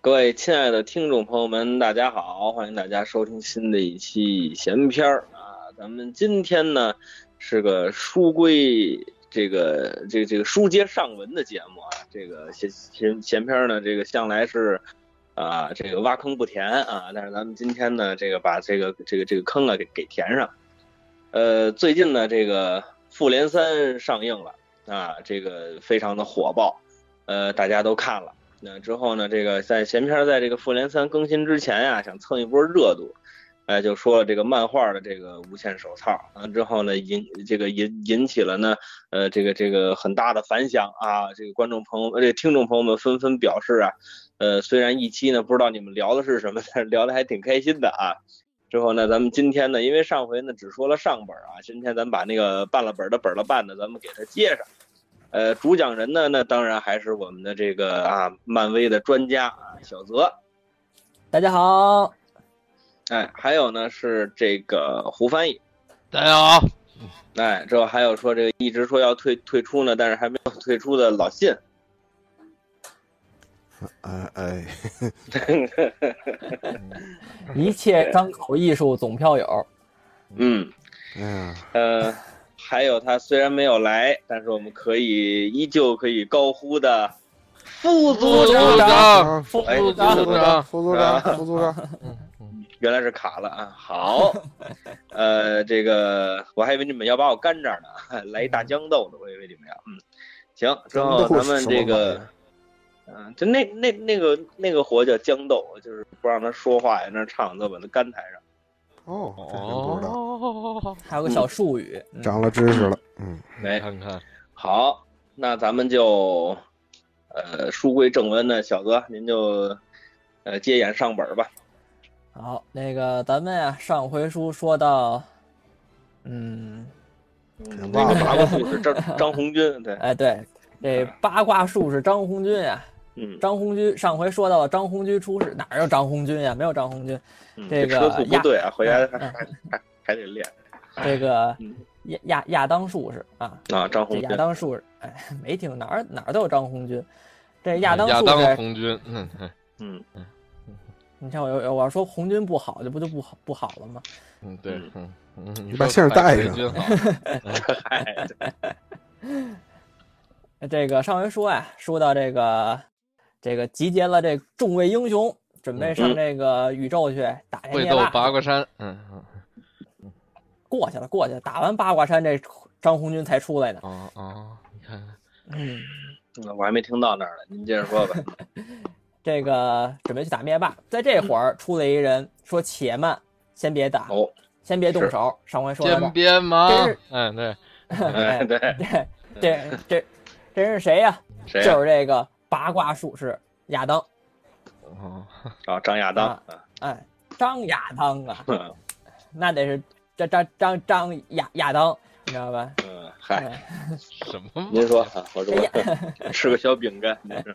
各位亲爱的听众朋友们，大家好，欢迎大家收听新的一期闲篇儿啊。咱们今天呢是个书归这个这个这个书接上文的节目啊。这个闲闲闲篇儿呢，这个向来是啊这个挖坑不填啊，但是咱们今天呢，这个把这个这个这个坑啊给给填上。呃，最近呢，这个《复联三》上映了啊，这个非常的火爆，呃，大家都看了。那之后呢，这个在闲篇在这个《复联三》更新之前呀、想蹭一波热度，哎、就说了这个漫画的这个无限手套，啊，之后呢引这个引引起了呢，呃，这个这个很大的反响啊，这个观众朋友，呃这个听众朋友们纷纷表示啊，呃，虽然一期呢不知道你们聊的是什么，但是聊的还挺开心的啊。之后呢，咱们今天呢，因为上回呢只说了上本啊，今天咱把那个半了本的本了半的，咱们给它接上。呃，主讲人呢，那当然还是我们的这个啊，漫威的专家啊，小泽。大家好，哎，还有呢是这个胡翻译。大家好，哎，之后还有说这个一直说要退退出呢，但是还没有退出的老信。哎哎，一切张口艺术总票友，嗯，哎呀，呃，还有他虽然没有来，但是我们可以依旧可以高呼的副组组长。长长，啊副哎副副组组长长，，副组啊长，副组长，原来是卡了啊！好， 呃，这个我还以为你们要把我干这儿呢， 来一大豇豆呢，我以为你们要，嗯，行，之后咱们这个，嗯、就那那那个那个活叫豇豆，就是不让他说话呀，那儿唱就把他干台上。哦，这真不知道，哦，还有个小术语，嗯长了知识了，嗯，哎，看看，好，那咱们就，呃，书归正文呢，小哥您就，呃，接演上本儿吧。好，那个咱们呀、上回书说到，嗯，嗯那忘了个八卦故事，张张红军，对，哎对，这八卦术士张红军呀、嗯，张红军上回说到了张红军出世，哪儿有张红军呀、没有张红军，嗯这个车速不呀对啊，回家还嗯嗯还还还得练这个嗯亚亚亚当术士啊，啊，张这红军亚。当术士，哎，没听哪儿哪儿都有张红军，这亚当嗯亚术当士，红军，嗯，嗯嗯，你看我要我要说红军不好，这不就不好不好了吗？嗯，对，嗯嗯，你把线儿带上军好， 嗨，这个上回说呀、说到这个，这个集结了这众位英雄，准备上嗯这个宇宙去打这会灭斗霸。八卦山，嗯嗯，过去了，过去了，打完八卦山，这张红军才出来呢。哦哦，你看看，嗯，嗯我还没听到那儿呢，您接着说吧。这个准备去打灭霸，在这会儿出来一人说：“且慢，先别打，哦，先别动是手。”上回说到这先儿，别忙真是，嗯，对，哎，对，这这这这是谁呀、谁呀就？是这个八卦术士亚当。哦，啊，张亚当啊，哎，张亚 当啊，嗯那得是张张张张亚亚当，你知道吧？嗯，嗨，哎什么？您说，啊我这亚说吃个小饼干，您说，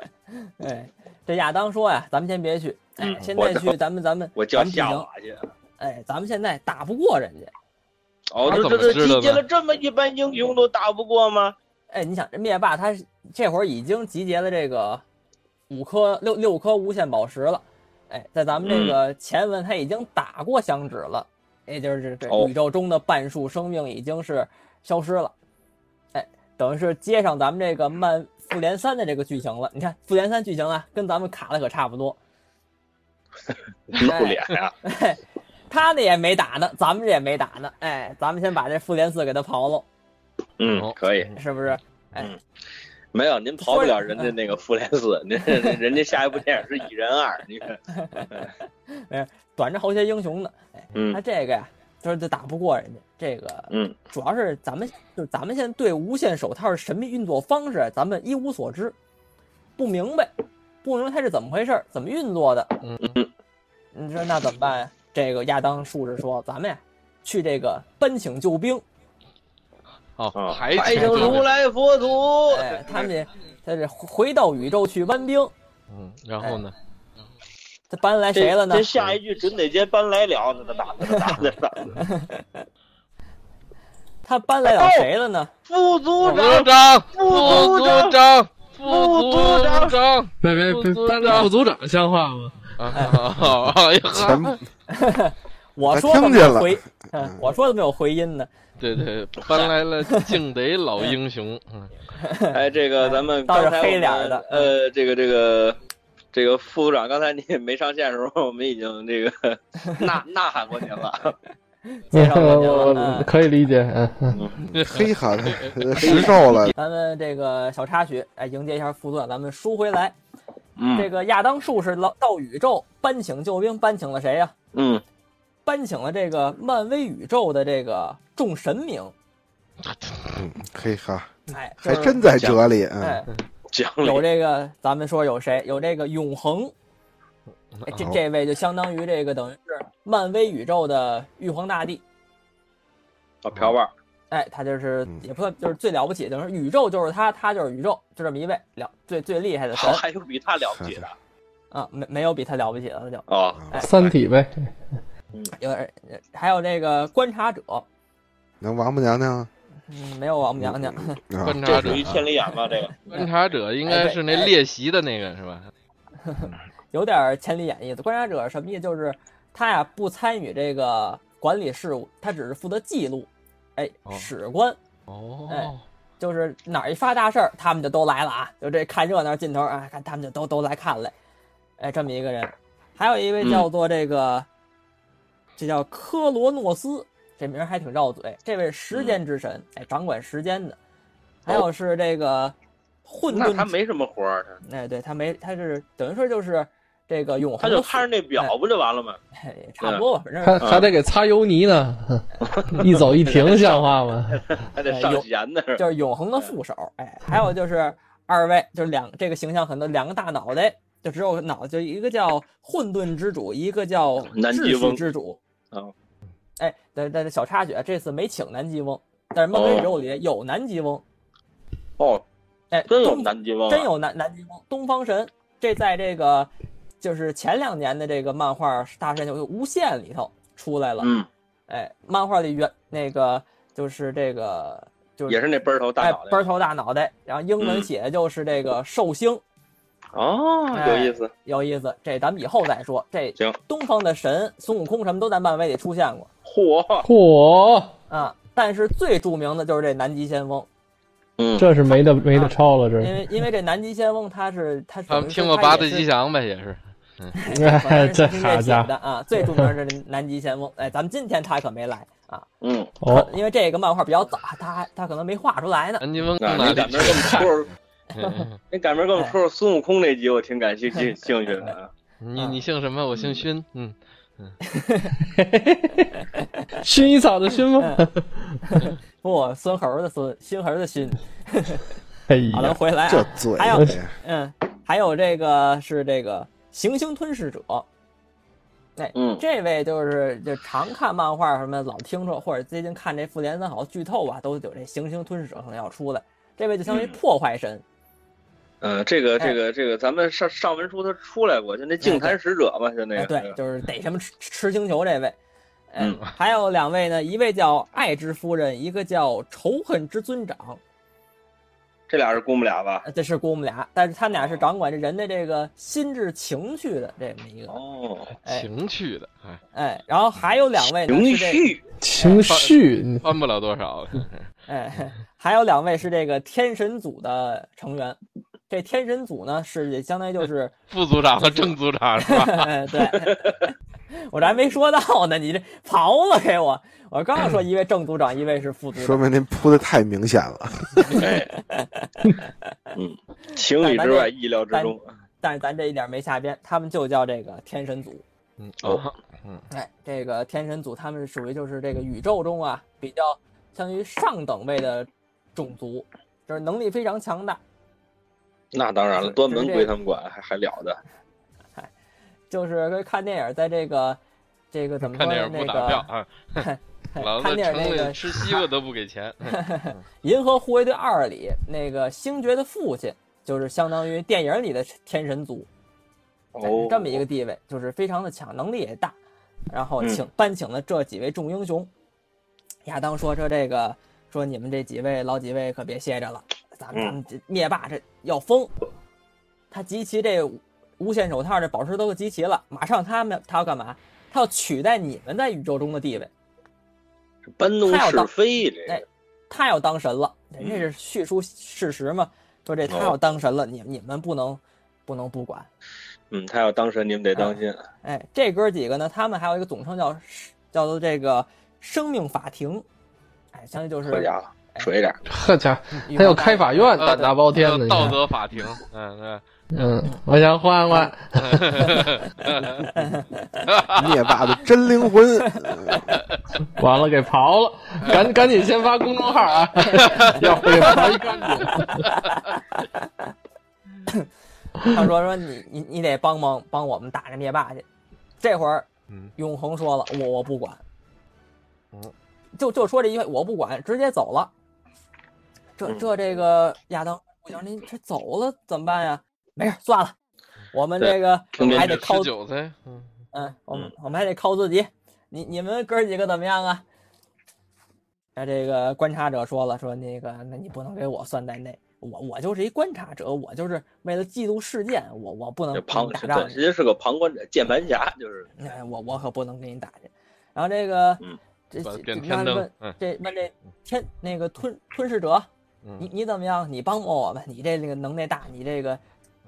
哎，这亚当说呀，咱们先别去，哎，嗯现我在去咱们咱们我叫咱们夏不行娃去。哎，咱们现在打不过人家。哦，他这怎么这知道这集结的了这么一班英雄都打不过吗？哎，你想这灭霸他是这会儿已经集结了这个五颗六六颗无限宝石了，哎，在咱们这嗯个前文他已经打过响指了，也就是这哦宇宙中的半数生命已经是消失了，哎，等于是接上咱们这个漫复联三的这个剧情了。你看复联三剧情啊，跟咱们卡的可差不多，露脸呀，他那也没打呢，咱们这也没打呢，哎，咱们先把这复联四给他刨喽，嗯，可以。是不是？没有，您跑不了人家那个复联四，您人家下一部电影是蚁人二，您看，短着好些英雄呢，哎，他嗯这个呀，就是这打不过人家，这个嗯，主要是咱们就是咱们现在对无限手套的神秘运作方式，咱们一无所知，不明白，不明白它是怎么回事儿，怎么运作的。嗯，你说那怎么办呀？这个亚当术士说，咱们呀去这个搬请救兵，哦，啊，还拜请请如来佛祖，哎，他们这他这回到宇宙去搬兵，嗯，然后呢？他搬来这谁了呢这？下一句准得接搬来了，那打那打那打，他搬来了谁了呢？哦副组副长组长，副组长，副组长别别副别组，担长任副组长像话吗？啊，哎前 呀，我咱说怎听么见有了回， 嗯，我说怎么有回音呢？对对，搬来了敬德老英雄，嗯 哎，这个咱们倒刚是才我黑脸们的嗯呃，这个这个这个副组长，刚才你也没上线的时候，我们已经这个 呐呐喊过您了。介绍过您我了。嗯可以理解，嗯嗯黑喊石兽 了，咱们这个小插曲，哎，迎接一下副作，咱们书回来。嗯这个亚当术士到到宇宙搬请救兵，搬请了谁呀、嗯，搬请了这个漫威宇宙的这个众神明，嗯，黑哈哎，就还是真在哲理，嗯，哎，讲有理。这个，咱们说有谁？有这个永恒，嗯哎这哦这位就相当于这个等于是漫威宇宙的玉皇大帝，啊，瓢把儿，哎，他就是嗯也不算就是最了不起，等于是宇宙就是他，他就是宇宙，就这么一位了最最厉害的神好，还有比他了不起的啊，没没有比他了不起的了就。啊！三体呗，有点儿，还有这个观察者，能王母娘娘啊嗯，没有王母娘娘，啊观察这者属于千里眼吧？这个观察者应该是那练习的那个是哎吧？ 有点儿千里眼意思。观察者什么意思？就是他呀不参与这个管理事务，他只是负责记录。哎，哦史官哦哎，就是哪儿一发大事儿，他们就都来了啊！就这看热闹劲头啊，看他们就都都来看来。哎，这么一个人，还有一位叫做这嗯个，这叫科罗诺斯，这名儿还挺绕嘴。这位是时间之神，哎，掌管时间的。还有是这个 混沌哦那他没什么活儿，他哎，对他没，他是等于说就是这个永恒他的就父看着那表不就完了吗？哎差不多吧，反正还还得给擦油泥呢， 一走一停像话吗？还哎得上弦呢， 是吧就是永恒的副手。哎，还有就是二位，就是两这个形象很多，两个大脑袋，就只有脑，就一个叫混沌之主，一个叫哦南极秩序翁之主。啊，哎，但但是小插曲啊，这次没请南极翁，但是漫威宇宙里有南极翁。哦，哎，真有东南极翁啊，真有南南极翁东方神，这在这个就是前两年的这个漫画《大神就无限》里头出来了。嗯，哎，漫画里原那个就是这个就是也是那奔儿头大哎脑袋奔头大脑袋，然后英文嗯写的就是这个寿星，哦，有哎意思，有意思。这咱们以后再说。这行东方的神孙悟空什么都在漫威里出现过嚯，嚯，啊，但是最著名的就是这南极先锋，嗯，这是没得没得抄了，这因为因为这南极先锋他是他是他们听过八字吉祥呗，也是。是。哎， 这好家的伙！啊，最著名的是南极先锋。哎，咱们今天他可没来啊，嗯， 哦，因为这个漫画比较早，他还他可能没画出来呢。南极翁啊，哪你里赶明儿跟我们说说，嗯你赶明儿跟我哎们说说孙悟空那集，我挺感兴 兴兴趣的啊。你你姓什么？我姓勋。嗯，薰衣草的薰吗？不，孙猴的孙，新猴的新。哎好，咱呀，回来啊。这嘴，还有嗯，还有这个是这个行星吞噬者，哎，嗯这位就是就常看漫画什么老听说，或者最近看这复联三好像剧透啊，都有这行星吞噬者可能要出来。这位就相当于嗯破坏神，嗯，这个哎这个这个，咱们上上文书他出来过，就那净坛使者嘛，就那哎，个，对，就是逮什么吃吃星球这位。哎嗯还有两位呢，一位叫爱之夫人，一个叫仇恨之尊长，这俩是公母俩吧？呃这是姑母俩，但是他们俩是掌管这人的这个心智情绪的这么一个，哦，哎情趣的，哎，哎，然后还有两位呢情是这绪，情绪，翻不了多少。哎， 还有两位是这个天神组的成员。这天神组呢，是也相当于呃就是，副组长和正组长是吧？呃对， 我这还没说到呢，你这刨了给我。我刚要说一位正组长，一位是副组说长。明您铺的太明显了， 哎， 嗯，情理之外，意料之中。但是咱这一点没下边，他们就叫这个天神组。嗯，哦，哎，这个天神组他们属于就是这个宇宙中啊比较相当于上等位的种族，就是能力非常强大。那当然了，是端门归他们管，还还了得？就是跟看电影，在这个这个怎么看说电呢？影那不打票个啊！ 哎老看子电城影那里个吃西瓜都不 给钱。 《银河护卫队二》里那个星爵的父亲，就是相当于电影里的天神族， 哎哦，嗯这么一个地位，就是非常的强，能力也大。然后请颁请了这几位众英雄。亚当说：“说这个，说你们这几位老几位可别歇着了，咱嗯们咱们这灭霸这要疯，他集齐这无限手套这宝石都集齐了，马上他们他要干嘛？他要取代你们在宇宙中的地位，搬弄他要是当非，这哎个他要当神了，人嗯家是叙述事实嘛，说这哦他要当神了，你你们不能不能不管。嗯，他要当神，你们得当心。啊哎，这哥几个呢，他们还有一个总称叫叫做这个生命法庭，哎，相当于就是哎好家伙，水点儿，呵家伙，一他帮要大开法院，呃胆 大包天的。呃你道看，德法庭，嗯嗯，嗯，我想换换，灭霸的真灵魂， 完了给刨 了，赶赶紧先发公众号 啊，要不给刨一干净。 他说说你你你得帮忙帮我们打这灭霸去。这会儿嗯，永恒说了，我我不管嗯哦，就就说这一句我不管，直接走了。这嗯这这个亚当不行，您这走了怎么办呀？没事，算了，我们对这个听别还人得吃靠韭菜，嗯，嗯，我们我们还得靠自己。你你们哥几个怎么样啊？那这个观察者说了，说那个，那你不能给我算在内，我我就是一观察者，我就是为了记录事件，我我不能这跟你旁打对，仗直，接是个旁观者，键盘侠就是。哎我我可不能跟你打去。然后这个嗯，这把这变那天灯问，嗯这问这天那个吞吞噬者，你嗯，你怎么样？你帮帮我吧，你这那个能耐大，你这个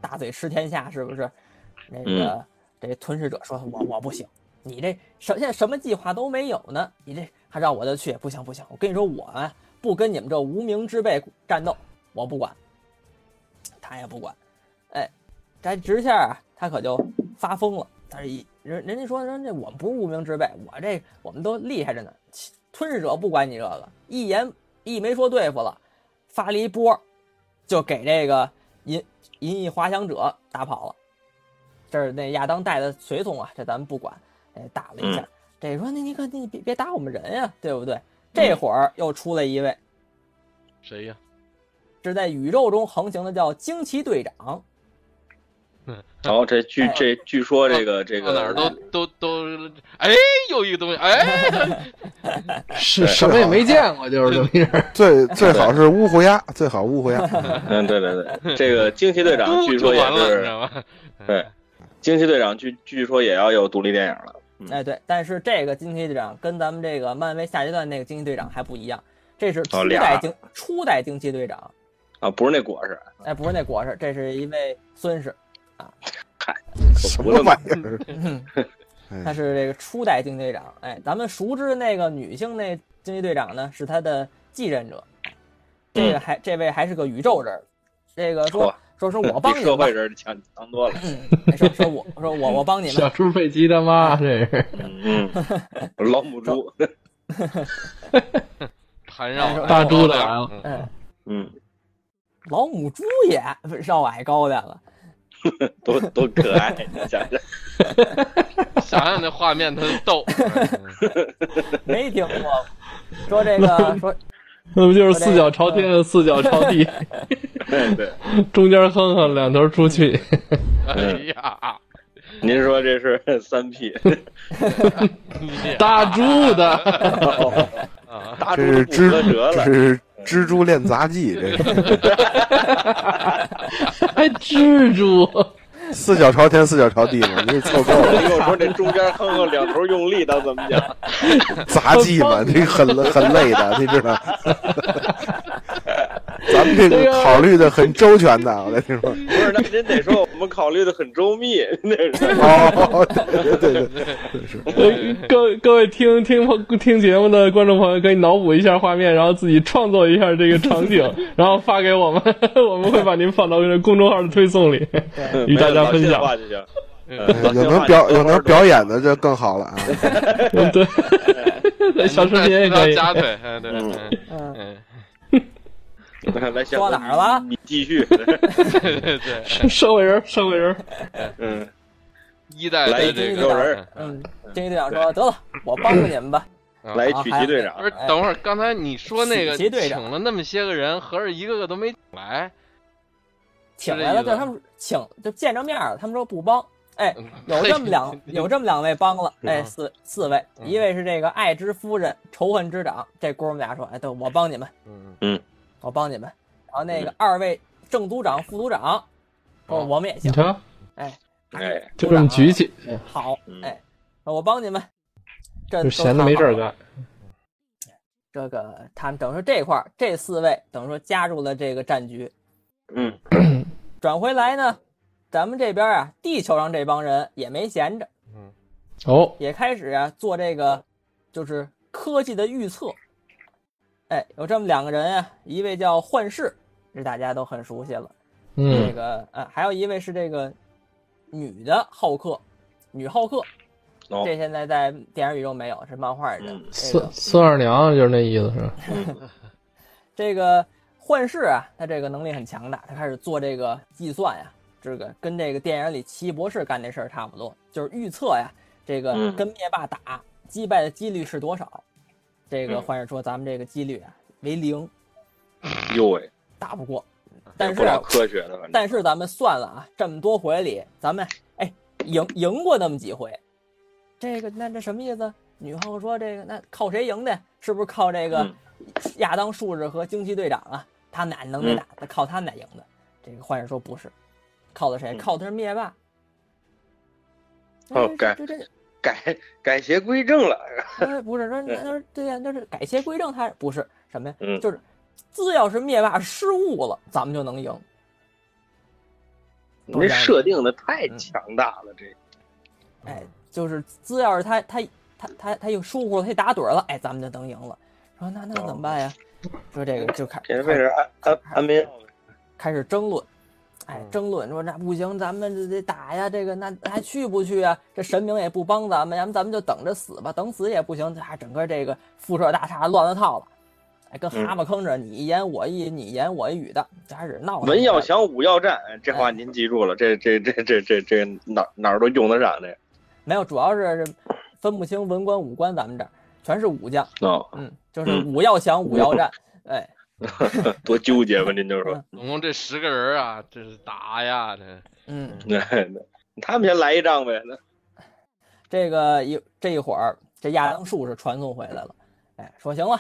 大嘴吃天下是不是？那个、这吞噬者说，我我不行，你这什现在什么计划都没有呢？你这还让我就去，不行不行，我跟你说，我啊不跟你们这无名之辈战斗，我不管，他也不管，哎，这直下啊，他可就发疯了。但是一人人家说说这我们不是无名之辈，我这我们都厉害着呢。其吞噬者不管你这个，一言一没说对付了，发了一波，就给这个银银翼滑翔者打跑了。这是那亚当带的随从啊，这咱们不管。哎，打了一嗯下，这说那你可你别别打我们人呀、对不对？这会儿又出了一位，谁呀？是在宇宙中横行的叫惊奇队长。然后这据哎这据说这个这到个哪儿都都都，哎，又一个东西，哎，是什么也没见过，就是这么一人。最最好是乌虎鸭，最好乌虎鸭。 嗯，对对对，这个惊奇队长嘟据就说也完了，你知是道吗？对，惊奇队长据据说也要有独立电影了。嗯哎，对，但是这个惊奇队长跟咱们这个漫威下阶段那个惊奇队长还不一样，这是初哦俩代惊、初代惊奇队长，啊，不是那果实，哎，不是那果实，这是一位孙氏，什么玩意儿？ 他哎，是这个初代惊奇队长。哎，咱们熟知的那个女性那惊奇队长呢，是他的继任者，这个还这位还是个宇宙人儿，这个说嚯说说我帮比你社吧会，人强强多了。 哎说说我说我我帮你们小，猪佩奇他妈，这是嗯，嗯老母猪，缠绕了大猪的来了，嗯嗯，嗯，老母猪也不是绕矮高的了，多多可爱，你想想，想想那画面，他就逗，嗯没听过。说这个说那不就是四脚朝天，四脚朝 地，对嗯对，中间哼哼，两头出去。哎 呀，您说这是三 P，你大猪 的，啊，大猪这是都蜘骨折折这了，是蜘蛛练杂技，这是还蜘蛛，四脚朝天，四脚朝地 嘛，你是凑够我了跟我说这中间哼哼两头用力，当怎么讲？杂技 嘛，这个很很累的，你知道。 咱们这哎个考虑的很周全的，我跟 你说。不是，那您得说我们考虑的很周密，那是哦，对对 对对，对是 各各位听听听节目的观众朋友，可以脑补一下画面，然后自己创作一下这个场 景，然后发给我们， 我们会把您放到公众号的推送 里。与大家分没有老谢享的话就行。嗯有能表有能表演的就更好了啊！嗯，对，对，小视频也可以。加 腿，嗯对，嗯嗯。嗯来，小说哥哪儿了你你继续， 对对对，收尾人，收尾人，嗯，一代来的一这群个肉人儿，嗯，惊奇队长说：“得了，我帮帮你们吧。嗯来曲奇队长不，是，等会儿，刚才你说那个喜剧队请长了那么些个人，合着一个个都没请来，请来了，是这意思就他们请就见着面儿，他们说不帮。哎，嗯有 这么两有这么两位帮了，哎，嗯四四位，嗯一位是这个爱之夫人、仇恨之长，这哥们俩说：哎，对我帮你们，嗯我帮你们。然后嗯那个二位正组长、副组长，说我们也你行，瞧，哦哎，就这么举起，好嗯，哎，我帮你们。这就都闲的谈没事好儿了干。这个他们等于说这一块儿这四位等于说加入了这个战局。嗯，转回来呢，咱们这边啊，地球上这帮人也没闲着，哦，也开始啊做这个就是科技的预测。哎，有这么两个人啊，一位叫幻视，这大家都很熟悉了。这嗯，个呃，还有一位是这个女的浩克，女浩克，哦这现在在电影宇宙没有，是漫画里的嗯。这个孙孙二娘就是那意思是吧？这个幻视啊，他这个能力很强大，他开始做这个计算呀、这个跟这个电影里奇异博士干这事儿差不多，就是预测呀，这个嗯跟灭霸打击败的几率是多少？这个嗯幻视说咱们这个几率啊为零，哟喂，打不过。但是嗯不老科学的，反正但是咱们算了啊，这么多回里，咱们哎赢赢过那么几回，这个那这什么意思？女浩克说这个那靠谁赢的？是不是靠这个嗯亚当术士和惊奇队长啊？他们俩能嗯耐打，靠他们俩赢的。这个幻视说不是，靠的谁？嗯靠的是灭霸。哦哎改这这这改改邪归正了，哎不是说那那对呀，那是改邪归正，他不是什么呀？嗯就是只要是灭霸失误了，咱们就能嗯赢。你这设定的太强大了，这哎，就是只要是他他他他他又疏忽了，他一打盹儿了，哎，咱们就能赢了。说那那怎么办呀？说这个就开哦这为啥安安安眠药？开始争论，哎，嗯争论说那不行，咱们这得打呀，这个那还去不去啊？这神明也不帮咱们，要么咱们就等着死吧，等死也不行，啊，整个这个辐射大厦乱了套了。哎，跟蛤嗯蟆坑着，你一言我一语，你一言我一语的，就开始闹腾起来了。文要强，武要战，哎这话您记住了，这这这这这这哪哪儿都用得上这没有，主要是分不清文官武官，咱们这儿全是武将，哦，嗯，就是武要强，武要战，哎，多纠结吧？您就说，总共这十个人啊，这是打呀，这嗯，那 他们先来一仗呗，那这个一这一会儿，这亚当术士传送回来了，哎，说行了，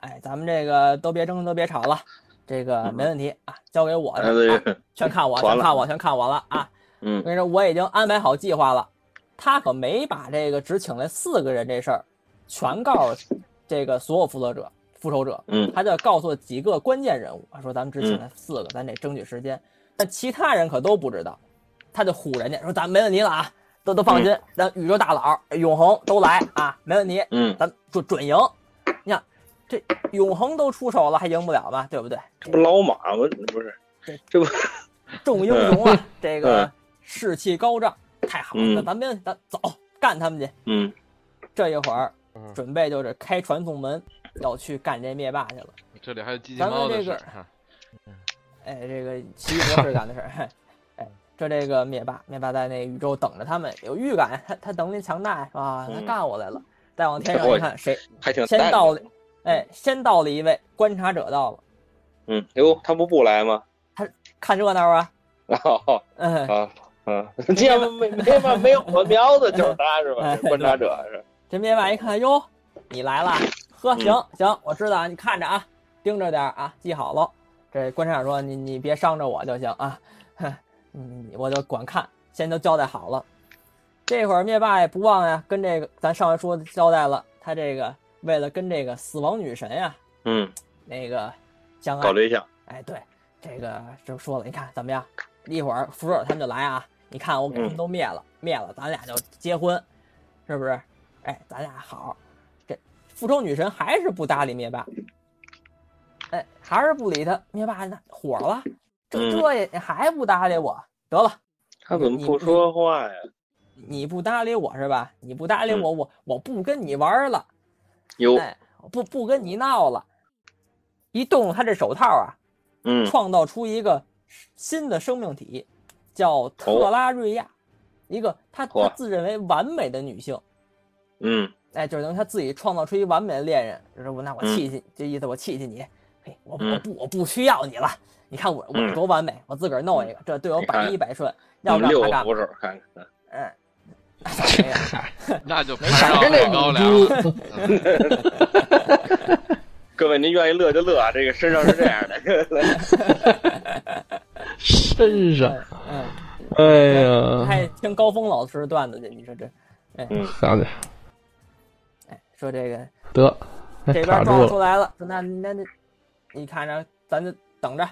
哎，咱们这个都别争，都别吵了，这个没问题啊，交给我哎的、啊，对，全看我，传全了看我，全看我了啊！我嗯跟你说，我已经安排好计划了，他可没把这个只请来四个人这事儿全告诉这个所有复仇者，复仇者，嗯他就告诉几个关键人物，他说咱们只请来四个，咱得争取时间。但其他人可都不知道，他就唬人家说咱没问题了啊，都都放心，咱宇宙大佬永恒都来啊，没问题，嗯，咱准准赢。你看这永恒都出手了，还赢不了吗？对不对？这不老马吗？不是，这不众英雄啊，这个嗯士气高涨，太好了，嗯那咱们咱走干他们去。嗯这一会儿嗯准备就是开传送门，要去干这灭霸去了。这里还有机器咱们猫的这事个儿哈。哎，这个奇异博士干的事儿。哎，这这个灭霸，灭霸在那宇宙等着他们，有预感，他他能力强大呀啊，他嗯干我来了。再往天上一看，谁还挺先淡到定了？哎，先到了一位观察者到了，嗯，哟，他不不来吗？ 看热闹啊。然后嗯，啊啊， 这没没法没有火苗子就是他是吧？观察者是，这灭霸一看，哟，你来了，呵，行行，我知道，你看着啊，盯着点儿啊，记好喽。这观察者说，你你别伤着我就行啊， 哼，你我就管看，先都交代好了。这会儿灭霸也不忘呀，跟这个咱上回说的交代了，他这个为了跟这个死亡女神呀、嗯，那个相爱搞，对象，哎，对，这个就说了，你看怎么样？一会儿福尔他们就来啊，你看我给他们嗯都灭了，灭了，咱俩就结婚，是不是？哎，咱俩好。这复仇女神还是不搭理灭霸，哎，还是不理他。灭霸那火了，这这也还不搭理我，得了，他怎么不说话呀？你不搭理我是吧？你不搭理我，我我不跟你玩了，哟，哎，我不不跟你闹了。一动他这手套啊，嗯，创造出一个新的生命体，哦叫特拉瑞亚，一个她她嚯自认为完美的女性，嗯哎，就是等于她自己创造出一完美的恋人，就是我那我嗯气气，这意思我气气你，嘿，我嗯我不我不需要你了，你看我我嗯多完美，我自个儿弄一个，这对我你百看依百顺，我要们嗯干六嘛个干嘛，扶手看看，嗯，那倒没有 那就攀上了高粱了。各位您愿意乐就乐啊，这个身上是这样的。 身上，嗯，哎呀，还嗯听高峰老师段子去，你说这，好的，哎，说这个得，哎这边卡住撞了出。来了，说那那那，你看着，咱就等着，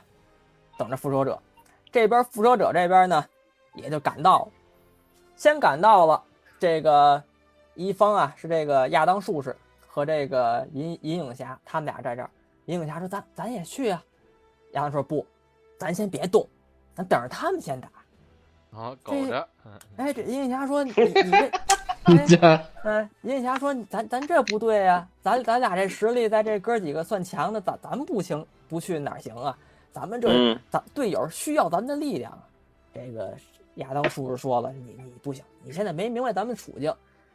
等着复仇者。这边复仇者这边呢，也就赶到了，先赶到了这个一方啊，是这个亚当术士和这个银银影侠，他们俩在这儿。银影侠说：“咱咱也去啊。”亚当说：“不，咱先别动，咱等着他们先打。啊，苟着，嗯”哎，这银影侠说：“你你这。 你哎家嗯，银霞说：“咱咱这不对呀、咱咱俩这实力在这哥几个算强的，咱咱不行，不去哪儿行啊？咱们这、嗯咱队友需要咱们的力量啊。”这个亚当叔叔说了：“你你不行，你现在没明白咱们处境，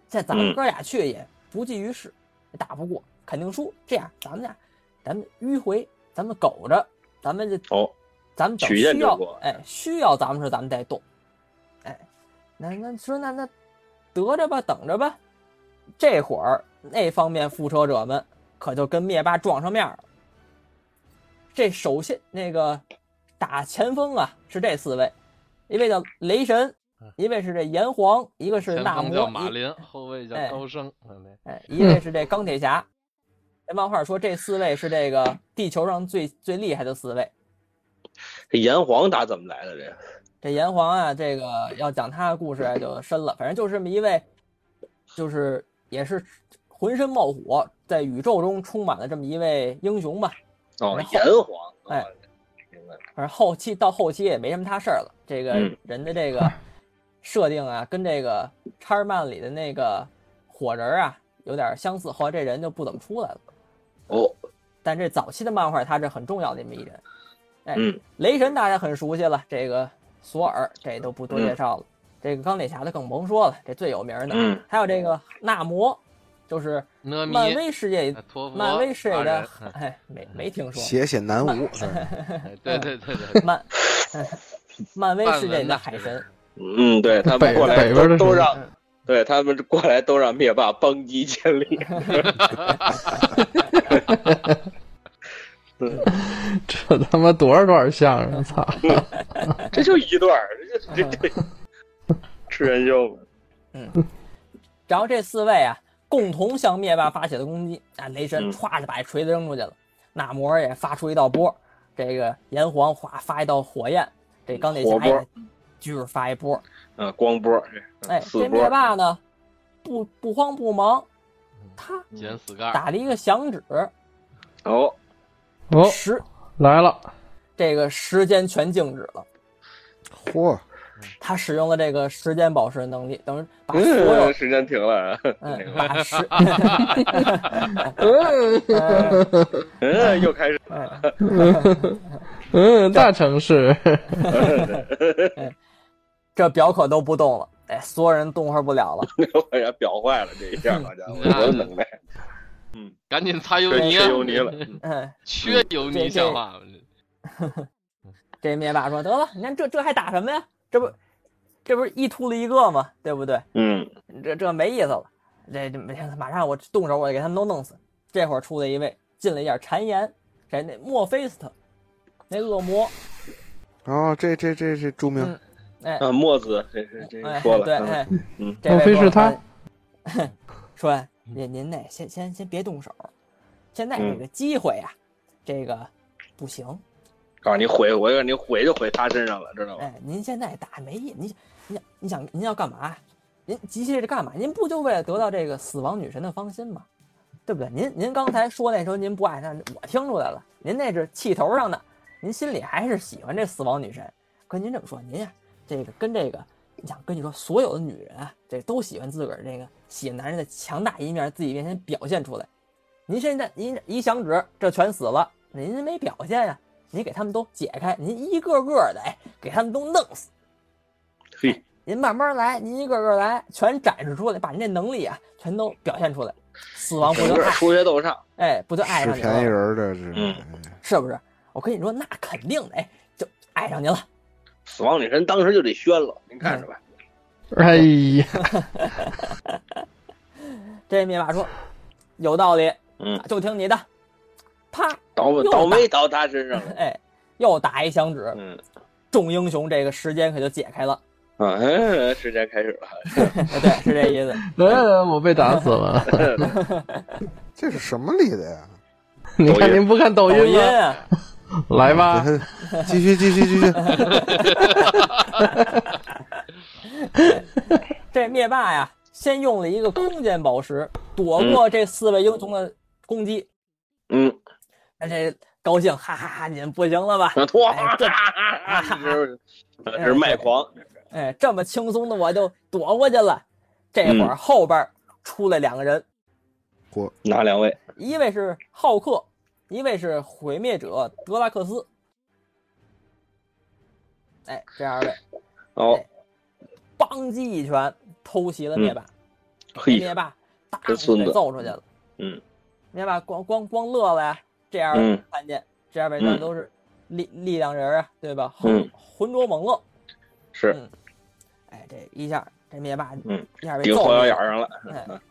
现在咱们嗯哥俩去也不济于事，打不过肯定输。这样，咱们俩，咱们迂回，咱们苟着，咱们这哦，咱们等曲需线救要国，哎，需要咱们时候咱们再动，哎，那那说那那得着吧，等着吧，这会儿那方面复仇者们可就跟灭霸撞上面儿了。这首先那个打前锋啊是这四位，一位叫雷神，一位是这炎黄，一个是啊前纳锋叫摩，马一林，后卫叫哎高升，嗯对哎，一位是这钢铁侠。这漫画说这四位是这个地球上最最厉害的四位，这炎黄打怎么来的？这这炎黄啊，这个要讲他的故事啊就深了。反正就是这么一位，就是也是浑身冒火，在宇宙中充满了这么一位英雄吧。哦然，后炎黄，哦哎，明白了，反正后期到后期也没什么他事儿了。这个嗯人的这个设定啊，跟这个叉尔曼里的那个火人啊有点相似，后来这人就不怎么出来了。哦，但这早期的漫画他是很重要的这么一人。哎，嗯雷神大家很熟悉了，这个索尔这都不多介绍了，这个钢铁侠的更甭说了，这最有名的。嗯还有这个纳摩，就是纳米漫威世界，哎托福漫威世界二的 人，哎，没没听说。血显南 无，哎对对对对，漫，漫威世界里的海半文神呐，嗯，对他们北过来北边都的都是嗯让， 对他们过来都让灭霸邦基建立。 这他妈多少多少相声，操！这就一段儿，这嗯这这吃人肉嘛。然后这四位啊，共同向灭霸发起了攻击。啊，雷神嗯歘就把锤子扔出去了，纳摩也发出一道波，这个炎黄哗发一道火焰，这钢铁火侠波也就是发一波。啊，光波，这哎，四这波灭，霸呢，不不慌不忙，他捡死啊盖儿，打了一个响指，哦，哦，时来了，这个时间全静止了。嚯，他使用了这个时间宝石的能力，等于把所有嗯，时间停了，嗯，把时，嗯，又开始， 嗯，大城市， 这表可都不动了，哎，所有人动弹不了了。我给表坏了这一下，好家伙，嗯我的能耐，赶紧擦油真泥缺啊，油泥了，嗯，缺油泥像话吗？这灭霸说：“得了，你看这这还打什么呀？这不这不是一秃驴一个吗？对不对？嗯，这这没意思了，这这没马上我动手，我就给他们都弄死。这会儿出来一位，进了一点谗言，谁那墨菲斯特，那恶魔，哦，这这这这著名嗯哎，啊，墨子，这是这哎，是说对，了，哎，嗯这位莫非是他说了？说您您那先先先别动手，现在嗯这个机会啊，这个不行。告诉你毁，我让你毁就毁他身上了，知道吗？哎，您现在打没意，您您你想您要干嘛？您急切着干嘛？您不就为了得到这个死亡女神的芳心吗？对不对？您您刚才说那时候您不爱她，我听出来了，您那是气头上的，您心里还是喜欢这死亡女神。可您这么说，您呀、这个跟这个，你想跟你说，所有的女人啊，这都喜欢自个儿这个喜欢男人的强大一面，自己面前表现出来。您现在您一响指，这全死了，您没表现呀、您给他们都解开，您一个个的，哎，给他们都弄死。哎嘿，您慢慢来，您一个个来，全展示出来，把您这能力啊，全都表现出来。死亡不整就个爱，出学逗唱，哎，不就爱是上你便宜了，人儿这是，嗯是不是？我跟你说，那肯定的，哎，就爱上您了。死亡女神当时就得宣了，您看着吧， 嗯哎呀，这灭霸说：“有道理，嗯就听你的。”啪，倒又倒霉倒他身上 了。哎，又打一响指，嗯众英雄这个时间可就解开了。 啊，哎时间开始了，哎对，是这意思。呃，我被打死 了。这是什么里的呀？你看您不看抖抖音音吗？啊，来吧，继续继续继续， 这灭霸呀，先用了一个空间宝石躲过这四位英雄的攻击，嗯，那这高兴，哈哈哈，你们不行了吧？那脱，哎这 这这是卖狂，哎，这么轻松的我就躲过去了。这会儿后边出来两个人，哪两位？一位是浩克，一位是毁灭者德拉克斯。哎，这二位哦，邦击一拳偷袭了灭霸，嘿，灭霸大这孙子给揍出去了。嗯，灭霸光光光乐了呀。这样嗯看见，这二位嗯那都是力力量人啊，对吧？嗯浑浑浊猛乐。是嗯哎，这一下这灭霸嗯一下被顶揍后腰了眼上了。嗯哎，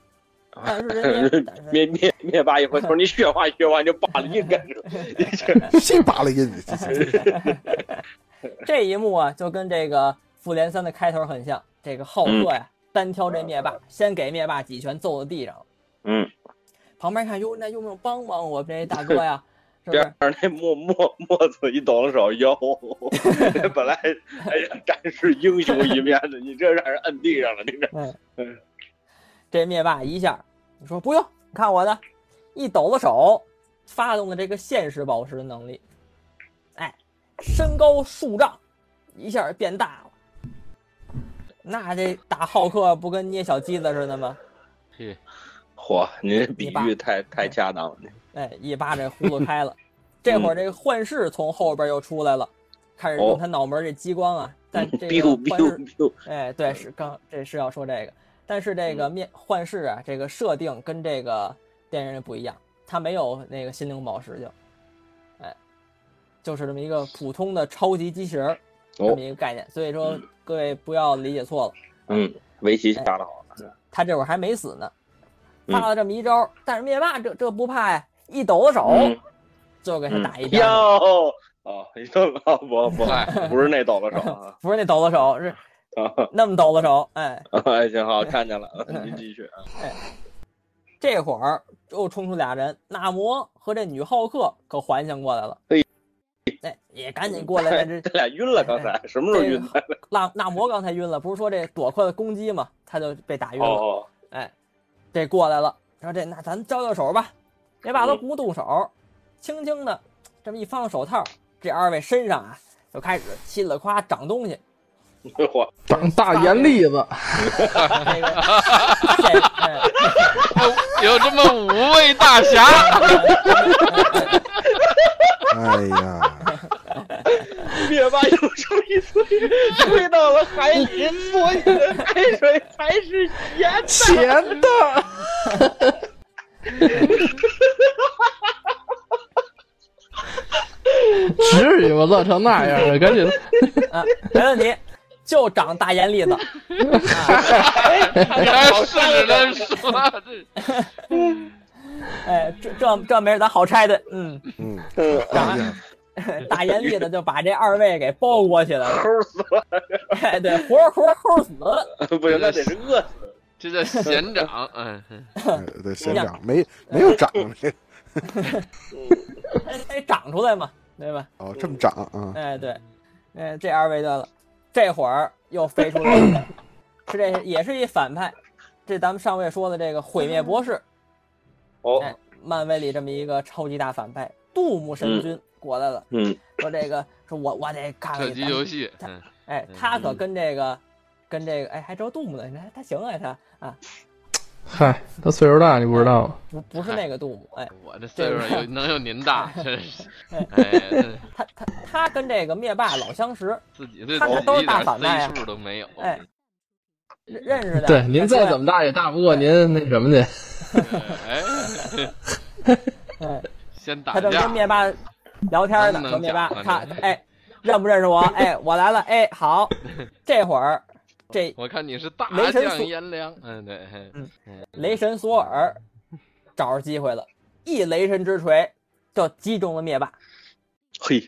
但是人家，但是灭灭灭霸一回头，你血化血化你就扒了一 干什么？你这谁扒了音？ 这一幕啊，就跟这个复联三的开头很像。这个浩克嗯呀，单挑这灭霸，先给灭霸几拳揍到地上了。嗯，旁边看，哟，那用不用帮帮我这大哥呀？是不边是上？那墨墨墨子一抖了手腰， 本来哎呀展示英雄一面的，你这让人摁地上了，你这嗯这灭霸一下，你说不用，你看我的，一抖了手，发动了这个现实宝石的能力，哎，身高数丈，一下变大了。那这打浩克不跟捏小鸡子似的吗？嘿， 嚯，你这比喻太太恰当了。哎，一巴掌葫芦开了。这会儿这个幻视从后边又出来了，开始哦用他脑门这激光啊。但 这个，biu 幻视 biu 嗯 biu，哎，对，是刚这是要说这个，但是这个嗯面幻视啊，这个设定跟这个电影里不一样，它没有那个心灵宝石就，哎，就是这么一个普通的超级机器人儿这哦么一个概念，所以说各位不要理解错了，嗯，围棋下的好，他这会儿还没死呢，嗯发了这么一招，但是灭霸这这不怕呀，一抖了手、嗯就给他打一哟巴掌，哦，你说老不不不是那抖了手 啊不是那抖了手，是啊，那么抖了手，哎，哎行好，看见了，您继续啊，这会儿又冲出俩人，纳摩和这女浩克可还醒过来了。嘿哎，也赶紧过来， 这哎这哎俩晕了，刚才什么时候晕的？纳纳摩刚才晕了，不是说这躲过了攻击吗？他就被打晕了。哦，哎，这过来了，说这那咱交交手吧，别把都嗯不动手，轻轻的这么一放手套，这二位身上啊就开始噼里夸长东西。嚯，长大盐粒子，这个这哎有这么五位大侠，哎呀，灭霸用手一推，推到了海里，所以海水才是咸咸的， 至于吗？乐成那样了，赶紧啊，没问题，就长大盐粒子。哎你还试着 他说这哎，这这这没事，咱好拆的。嗯，嗯，嗯，哎呀， 大眼力的就把这二位给包裹起来了。齁死了，哎，对，活活齁死了。不行，那得是饿死。这叫闲长，哎， 对对，先长没没有长这个哎，得长出来嘛，对吧？哦，这么长啊，哎，对，哎，这二位的了。这会儿又飞出来了，是这也是一反派，这咱们上回说的这个毁灭博士， 哦，哎，漫威里这么一个超级大反派，杜牧神君过来了，嗯，说这个说我我得看看 射你击咱们游戏，嗯，哎，他可跟这个，跟这个，哎，还知道杜牧呢，你看他行啊，他啊，嗨，他岁数大，你不知道吗？不不是那个杜牧，哎，我这岁 数有能有您大，真是，哎，这他他他跟这个灭霸老相识，自己对他自这己都一是大点反派岁啊数都没有，哎认认识的。对，您再怎么，么大也大不过您那什么去。哎，哎，先打他正架跟，灭霸聊天呢，能说灭霸讲他呢哎认不认识我？哎，我来了，哎 好，这会儿这我看你是大雷神将索颜良，嗯，对，嘿雷神索尔找着机会了，一雷神之锤就就击中了灭霸，嘿，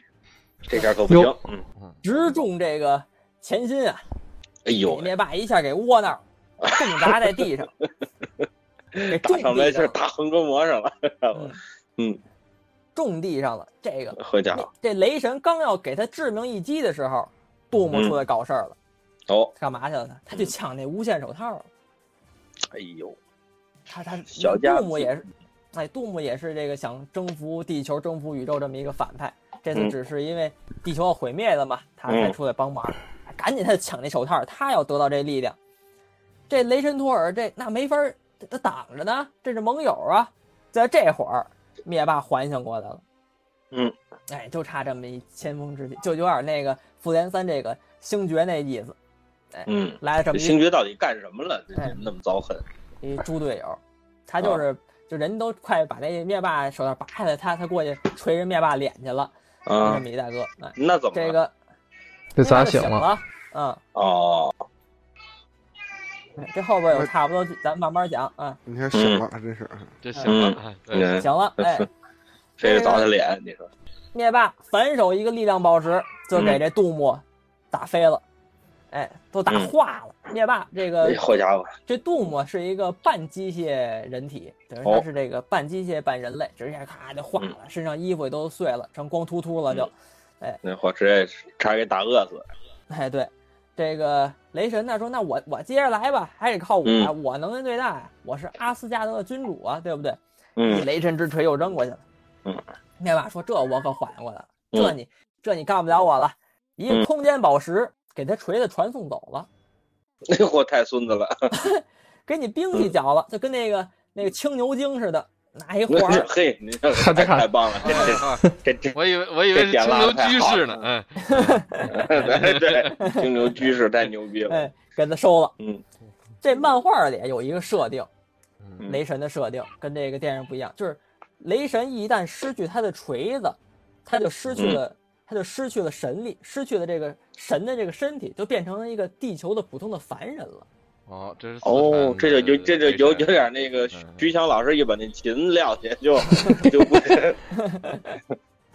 这下可不行哟，嗯，直中这个前心啊，哎给呦喂，灭霸一下给窝那儿，重砸在 地上，给打重上来是地上了，打横膈膜上了，嗯，重地上了。这个好家伙，这雷神刚要给他致命一击的时候，杜嗯牧出来搞事儿了，哦，干嘛去了呢？他去抢那无限手套了。哎呦，他他 小家杜牧子也是，哎，杜牧也是这个想征服地球、征服宇宙这么一个反派。这次嗯只是因为地球要毁灭了嘛，他才嗯出来帮忙。哎赶紧他抢那手套，他要得到这力量。这雷神托尔这那没法儿，他他挡着呢，这是盟友啊。在这会儿，灭霸还醒过来了。嗯，哎，就差这么一千锋之际，就有点那个复联三这个星爵那意思，嗯，来了这这么一星爵到底干什么了？这哎人那么遭恨，一猪队友，他就是就人都快把那灭霸手套拔下来，他他过去捶人灭霸脸去了，就这啊么，一大哥，哎，那怎么嗯这了？个这灭霸咋就醒醒了？了？嗯，哦，这后边有差不多，咱慢慢讲啊。你看醒了，真是这行了，哎对，嗯行了， 哎，这是砸他脸，你说，灭霸反手一个力量宝石就给这杜牧打飞了，哎，都打化了。灭霸这哎个，好家伙，这杜牧是一个半机械人体，等于哦他是这个半机械半人类，直接咔就化了，身上衣服也都碎了，成光秃秃了就。那伙直接差点给打饿死， 哎，对，这个雷神呢说，那我我接着来吧，还得靠我，呀，嗯我能人对待啊，我是阿斯加德的君主啊，对不对？一嗯，雷神之锤又扔过去了。嗯，灭霸说这我可缓过来了，嗯这你这你干不了我了。一个嗯空间宝石给他锤子传送走了， 那货太孙子了，给你兵嗯器搅了，就跟那个那个青牛精似的，拿 一环儿嘿， 你这咔嚓咔太棒了，哎啊这这我以为我以为是青牛居士呢，哎，这， 对， 金牛居士太牛逼了，哎，给他收了。嗯，这漫画里有一个设定，嗯雷神的设定跟这个电影不一样，就是雷神一旦失去他的锤子，他就失嗯去了，他就失去了神力，失去了这个神的这个身体，就变成了一个地球的普通的凡人了。哦，这是四哦川，这就有这就有有点那个嗯菊香老师一把那琴撂下 就就不，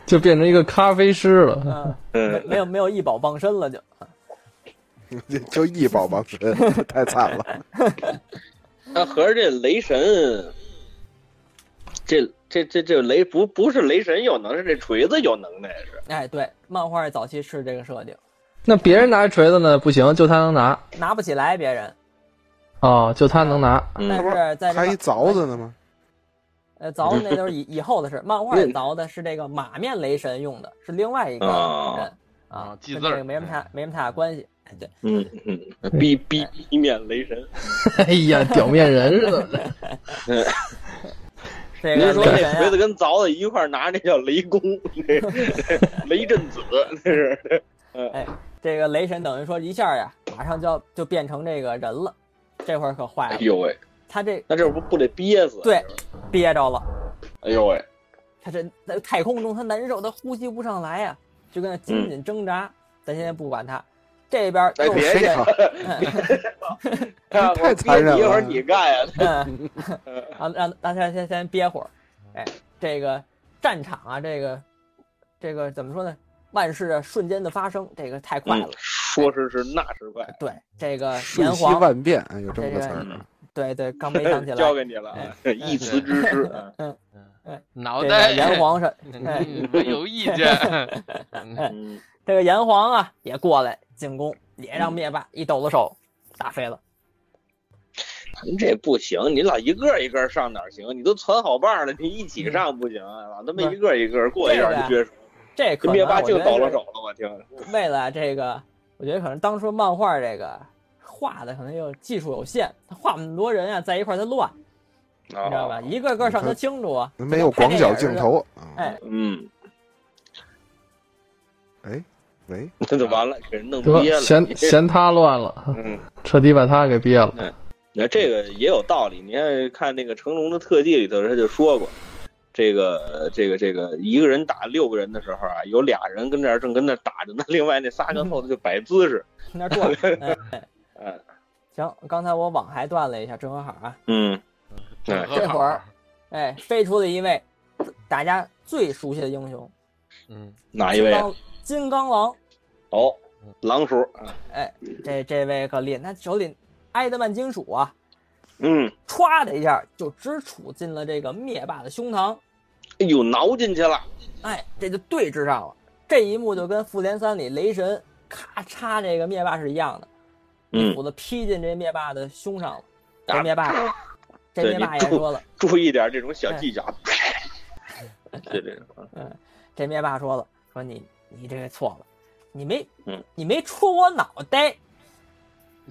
就变成一个咖啡师了。嗯，没嗯没有没有一宝傍身了就。就一宝宝神，太惨了。那合着这雷神，这这这这雷不不是雷神有能耐，是这锤子有能耐是？哎，对，漫画早期是这个设定，那别人拿锤子呢不行，就他能拿拿不起来别人，哦，就他能 拿。但嗯，是在还这一个凿子呢吗？呃凿的那都是 以以后的事，漫画嗯凿的是这个马面雷神用的，是另外一个哦人啊啊，记跟字这儿个没什么太没什么太大关系。哎，对，嗯嗯，逼逼逼面雷神，哎呀，表面人似的。这您个说雷那锤神啊子呀，跟凿子一块儿拿，那叫雷公， 那雷震子，那是这个雷神等于说一下呀，马上就要就变成这个人了，这会儿可坏哎了，呦喂，他这那这不不得憋死？对憋着了，哎呦喂，他这在太空中他难受，他呼吸不上来呀，就跟那紧紧挣扎。咱先不管他，这边哎又嗯别是谁呀？看太我残憋忍哎你一会儿了你干呀， 嗯，让让大家先先憋会儿。哎，这个战场啊，这个这个怎么说呢？万事啊瞬间的发生，这这个太快了嗯。，说时迟那时快，对，这个瞬呃炎息黄，万变，哎有这么个词儿啊。对对，刚没想起 来哎交。给你了啊，一词 之师。啊脑这个袋炎，黄是，哎，你们有意 见？嗯，这个炎黄啊也过来进攻，也让灭霸一抖了手，打飞了。您 这不行，你老一个一个上哪儿行？你都攒好伴儿了，你一嗯起上不行啊，老他妈一个一个过一下就撅手，这可这能啊灭霸我觉净得抖了是手了，我听。为了这个，我觉得可能当初漫画这个画的可能又技术有限，他画那么多人啊在一块儿他乱，啊你知道吧？？一个个上他清楚啊，哦没有广角镜头。哎嗯嗯，喂，那就啊完了，给人弄得憋了。嫌嫌他乱了，嗯，彻底把他给憋了。那这个也有道理。你看，看那个成龙的特技里头，他就说过，这个这个这个一个人打六个人的时候啊，有俩人跟这儿正跟那儿打着呢，另外那仨跟后头就摆姿势。那儿转。 哎嗯 行，刚才我网还断了一下，正好好啊。嗯，哎这会儿，哎，飞出了一位大家最熟悉的英雄，嗯，哪一金位啊？刚金刚狼。哦，狼叔。这这位可厉害，他手里挨的慢金属啊，嗯，歘的一下就直杵进了这个灭霸的胸膛，哎呦，挠进去了。哎，这就对峙上了。这一幕就跟复联三里雷神咔嚓这个灭霸是一样的，嗯，斧子劈进这灭霸的胸上了。啊这灭霸，这对灭霸你也注说了， 注意点这种小技巧。 对对，这灭霸说了，说你你这个错了，你没嗯你没戳我脑 袋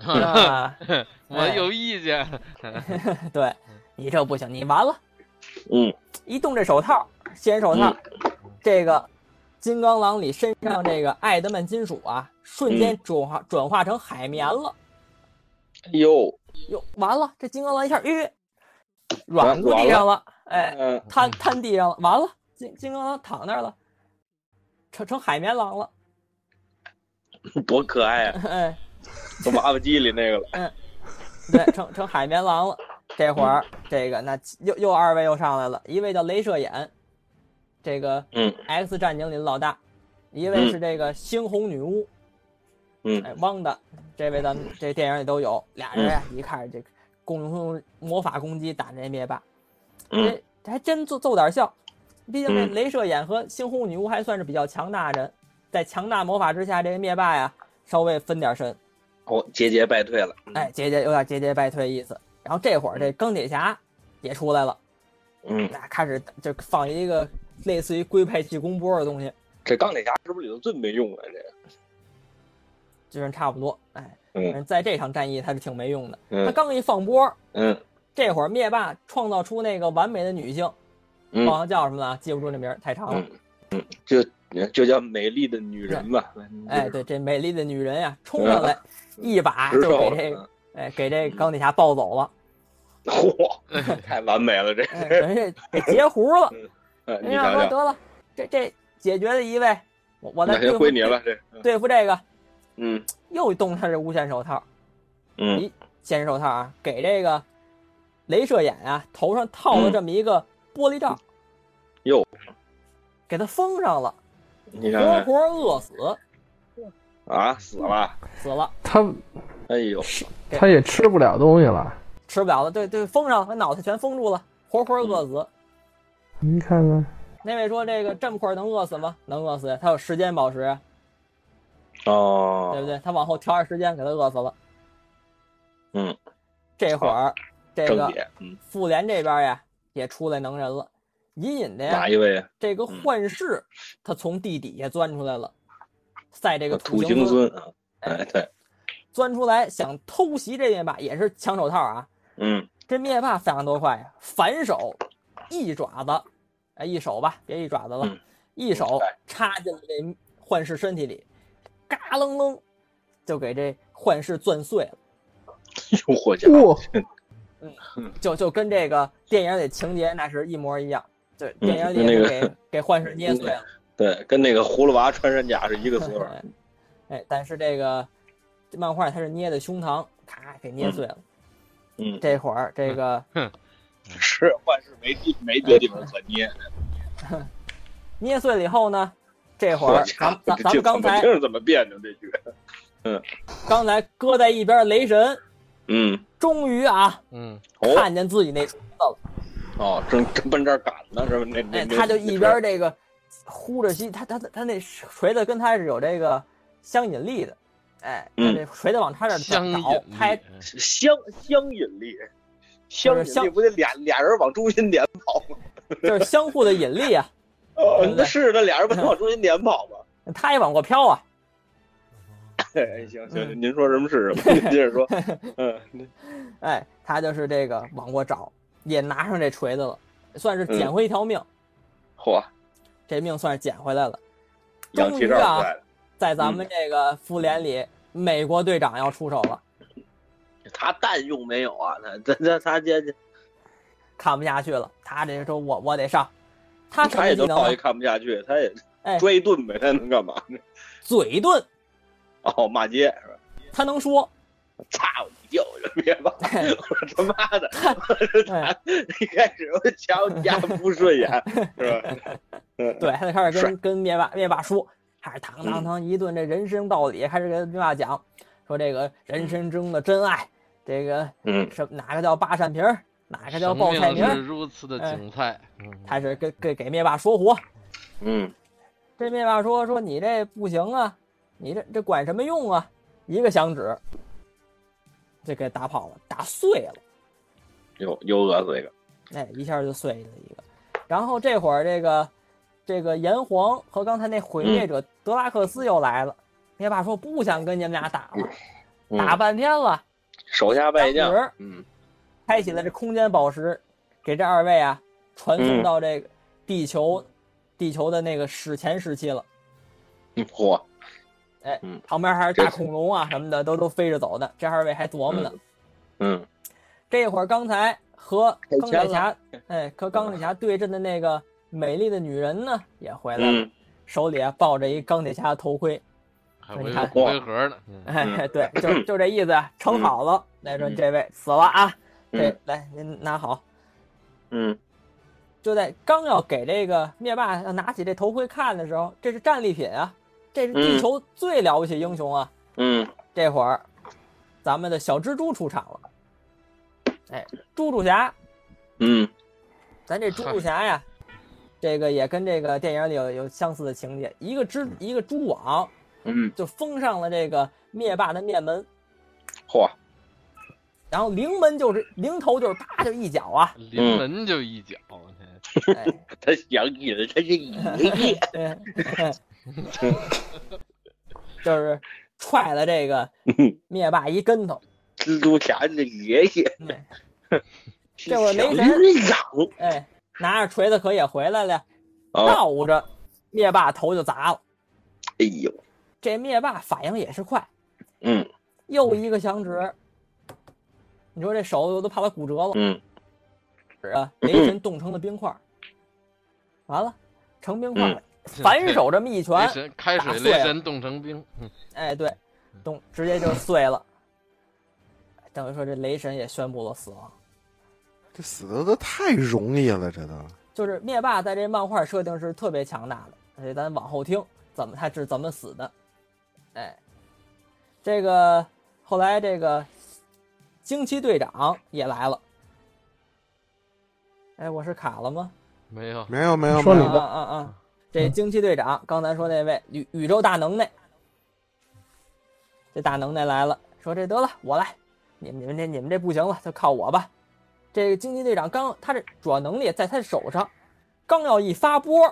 啊，我有意见。对你这不行，你完了。嗯，一动这手套，仙人手套，这个金刚狼里身上这个艾德曼金属啊，瞬嗯间转化、转化成海绵了。哎 呦，哟，完了，这金刚狼一下，吁，软过地上了，哎，嗯，瘫瘫地上了，完了，金金刚狼躺那儿了，成成海绵狼了，多可爱啊！哎，娃娃机里那个了。对，成成海绵狼了。这会儿嗯这个那又又二位又上来了，一位叫镭射眼，这个嗯《X 战警》里的老大，一位嗯是这个猩红女巫，嗯哎，汪的，这位咱们这电影里都有，俩人呀、嗯一看这个共同魔法攻击打这灭霸，嗯这这还真奏奏点效，毕竟这嗯镭射眼和猩红女巫还算是比较强大的人，在强大魔法之下，这个灭霸呀稍微分点身， 哦，节节败退了。哎，节节有点节节败退意思。然后这会儿这钢铁侠也出来了，嗯，那开始就放一个类似于龟派气功波的东西，这钢铁侠是不是里头最没用啊？这个，就是差不多，哎，嗯反正在这场战役他是挺没用的，他嗯刚一放波，嗯这会儿灭霸创造出那个完美的女性，嗯忘了叫什么了，记不住这名儿太长了。嗯嗯，就就叫美丽的女人 嗯吧。哎，对，这美丽的女人呀，冲 上来一把嗯直就手给这了。嗯哎给这钢铁侠抱走了， 嚯，嗯太完美 了这。哎，等于给截胡了。呃你人家瞧说瞧，得了，这这解决了一位，我我来那先对归付你了这。 对付这个，嗯又动他这无限手套，嗯限时手套啊，给这个镭射眼啊头上套了这么一个玻璃罩，嗯哟，嗯给他封上了，你瞧活瞧活饿死，啊，死了。死了。他哎呦，他也吃不了东西了。吃不了了，对对，封上了，把脑袋全封住了，活活嗯饿死。您看看，那位说这个这么快能饿死吗？能饿死，他有时间宝石啊，哦，对不对？他往后调点时间，给他饿死了。嗯， 这会儿这正个解，嗯，复联这边呀也出来能人了，隐隐的呀哪，一位啊？这个幻视他从地底下钻出来了，赛这个土行行孙孙啊，哎对，钻出来想偷袭这灭霸，也是抢手套啊。嗯这灭霸反应多快呀！反手一爪子，哎，一手吧，别一爪子了，嗯一手哎插进了这幻视身体里，嘎楞楞就给这幻视攥碎了，诱惑家，哇，就就跟这个电影里情节那是一模一样。对，嗯电影里那也个是给、给幻视捏碎了。对，跟那个葫芦娃穿山甲是一个词儿。 哎，但是这个漫画它是捏的胸膛，咔给捏碎了。嗯，这会儿这个是幻视没地没别地方可捏，捏碎了以后呢，这会我儿家咱伙这咱咱这们刚怎么才听着怎么别扭这句。刚才搁在一边雷神。嗯，终于啊，嗯，哦看见自己那厨子了，哦，正正奔这儿赶呢，是吧？那哎，那他就一边这个呼着吸，他他他他那锤子跟他是有这个相引力的，哎，他嗯这锤子往他这相儿引倒，力拍相相引力，相就是引力相不得俩俩人往中心点跑吗？就是相互的引力啊，哦对，不对那 是那俩人不能往中心点跑吗？ 他也往过飘啊，哎，行行，嗯您说什么是什么，您接着 说。嗯，哎，他就是这个往过找，也拿上这锤子了，算嗯是捡回一条命，嚯，这命算是捡回来了。氧终气于罩啊出来了，嗯在咱们这个复联里，美国队长要出手了，他弹用没有啊？他他他他这看不下去了，他这个说我我得上，他什他么也技就能啊到一？看不下去，他也哎，摔一顿呗，他能干嘛？嘴遁，哦，骂街是吧？他能 说。操你舅舅，别骂！我他妈的，哎 一开始我瞧你家不顺眼，是吧？嗯对，他就开始帅嗯跟跟灭霸灭霸说，开始堂堂堂一顿这人生道理，开始跟灭霸讲，说这个人生中的真爱，这个嗯什哪个叫八扇屏儿，哪个叫生爆菜名命是儿，哎如此的精彩。嗯开始给给给灭霸说活。嗯这灭霸说说你这不行啊，你这这管什么用啊？一个响指，就给打跑了，打碎了。有有恶这个，哎，一下就碎了一个。然后这会儿这个这个炎黄和刚才那毁灭者德拉克斯又来了。灭霸说不想跟你们俩打了，嗯打半天了，手下败当时将，嗯开启了这空间宝石，给这二位啊传送嗯到这个地球、地球的那个史前时期了。嗯嚯，哎嗯，旁边还是大这恐龙啊什么的，都都飞着走的。这二位还琢磨呢。嗯这会儿刚才和开钢铁枪侠，哎，和钢铁侠对阵的那个美丽的女人呢，也回来了。嗯手里啊抱着一钢铁侠的头盔，还你有一看个骨灰盒呢，嗯哎，嗯对，就就这意思啊，盛好了。来说嗯这位死了啊，这嗯来您拿好。嗯就在刚要给这个灭霸要拿起这头盔看的时候，这是战利品啊，这是地嗯球最了不起英雄啊。嗯，这会儿，咱们的小蜘蛛出场了。哎，猪猪侠，嗯咱这猪猪侠呀，这个也跟这个电影里有有相似的情节，一个蜘一个蛛网嗯，就封上了这个灭霸的面门。嚯，然后临门就是临头就是啪就一脚 啊，临门就一脚，哎，他想起了他是爷 爷，对，就是踹了这个灭霸一跟头，蜘蛛侠的爷爷，哎这会儿小雷神鱼养，哎，拿着锤子可也回来了，啊，绕着灭霸头就砸了。哎呦，这灭霸反应也是快，嗯又一个响指，你说这手都怕他骨折了。嗯啊，雷神冻成了冰块儿，完了，成冰块儿了，反手这么一拳雷，神开水，雷神冻成冰，嗯哎，对，咚，直接就碎了。等于说这雷神也宣布了死亡。这死的都太容易了，这都就是灭霸在这漫画设定是特别强大的，而且咱往后听怎么他是怎么死的。哎，这个后来这个惊奇队长也来了。哎，我是卡了吗？没有，没有没有说没你啊吧有，啊啊啊！这惊奇队长，刚才说那位宇宇宙大能耐，这大能耐来了，说这得了，我来，你们你们这你们这不行了，就靠我吧。这个惊奇队长刚他这主要能力在他手上，刚要一发波，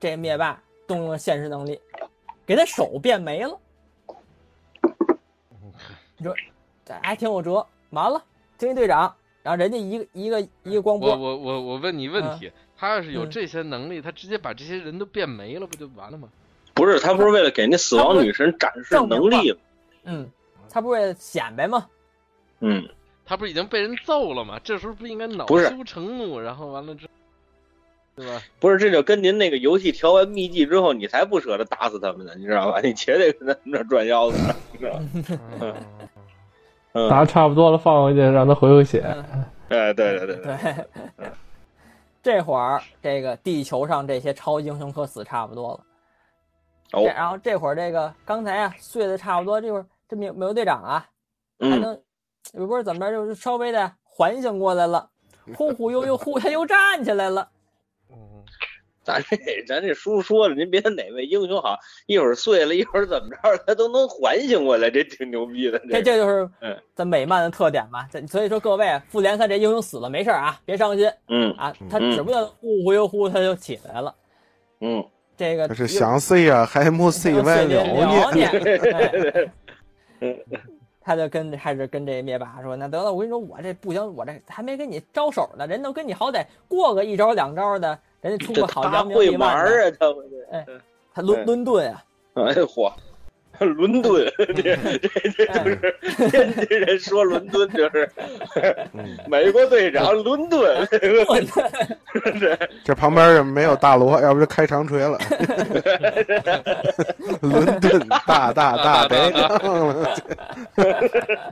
这灭霸动用了现实能力，给他手变没了。你说这还挺有辙，完了，惊奇队长，然后人家一个一个一个哎光波我，我我我问你问嗯题，他要是有这些能力，他直接把这些人都变没了，不就完了吗？不是，他不是为了给那死亡女神展示能力吗？嗯，他不是显摆吗？嗯，他不是已经被人揍了吗？这时候不应该恼不是羞成怒，然后完了之后，对吧？不是，这就跟您那个游戏调完秘技之后，你才不舍得打死他们呢，你知道吧？ 你且得跟他们这儿转腰子，你知道吧？嗯嗯，打差不多了，放回去让他回回血。哎，对对对对， 对，这会儿这个地球上这些超级英雄可死差不多了。这哦，然后这会儿这个刚才啊碎的差不多，这会儿这美美国队长啊还嗯能也不是怎么着，就是稍微的缓醒过 来了，忽忽悠悠忽他又站起来了。嗯咱这咱这书说了，您别哪位英雄好，一会儿碎了，一会儿怎么着，他都能缓醒过来，这挺牛逼的。这这这就是嗯咱美漫的特点嘛。这所以说各位，啊复联三这英雄死了没事儿啊，别伤心嗯啊，他嗯指不定忽忽悠忽他就起来了。嗯，这个这是又想谁呀，还没谁完了呢。呢。哎 他就跟还是跟这灭霸说：“那得了，我跟你说，我这不行，我这还没跟你招手呢，人都跟你好歹过个一招两招的，人家出这个好他扬名会立玩万的。儿啊，他他伦嗯伦敦啊， 哎嚯，伦敦，这这就是嗯天津人说伦敦就是嗯， 美国队长伦敦，伦敦这旁边也没有大罗，要不就开长锤了。 伦敦大大大得了，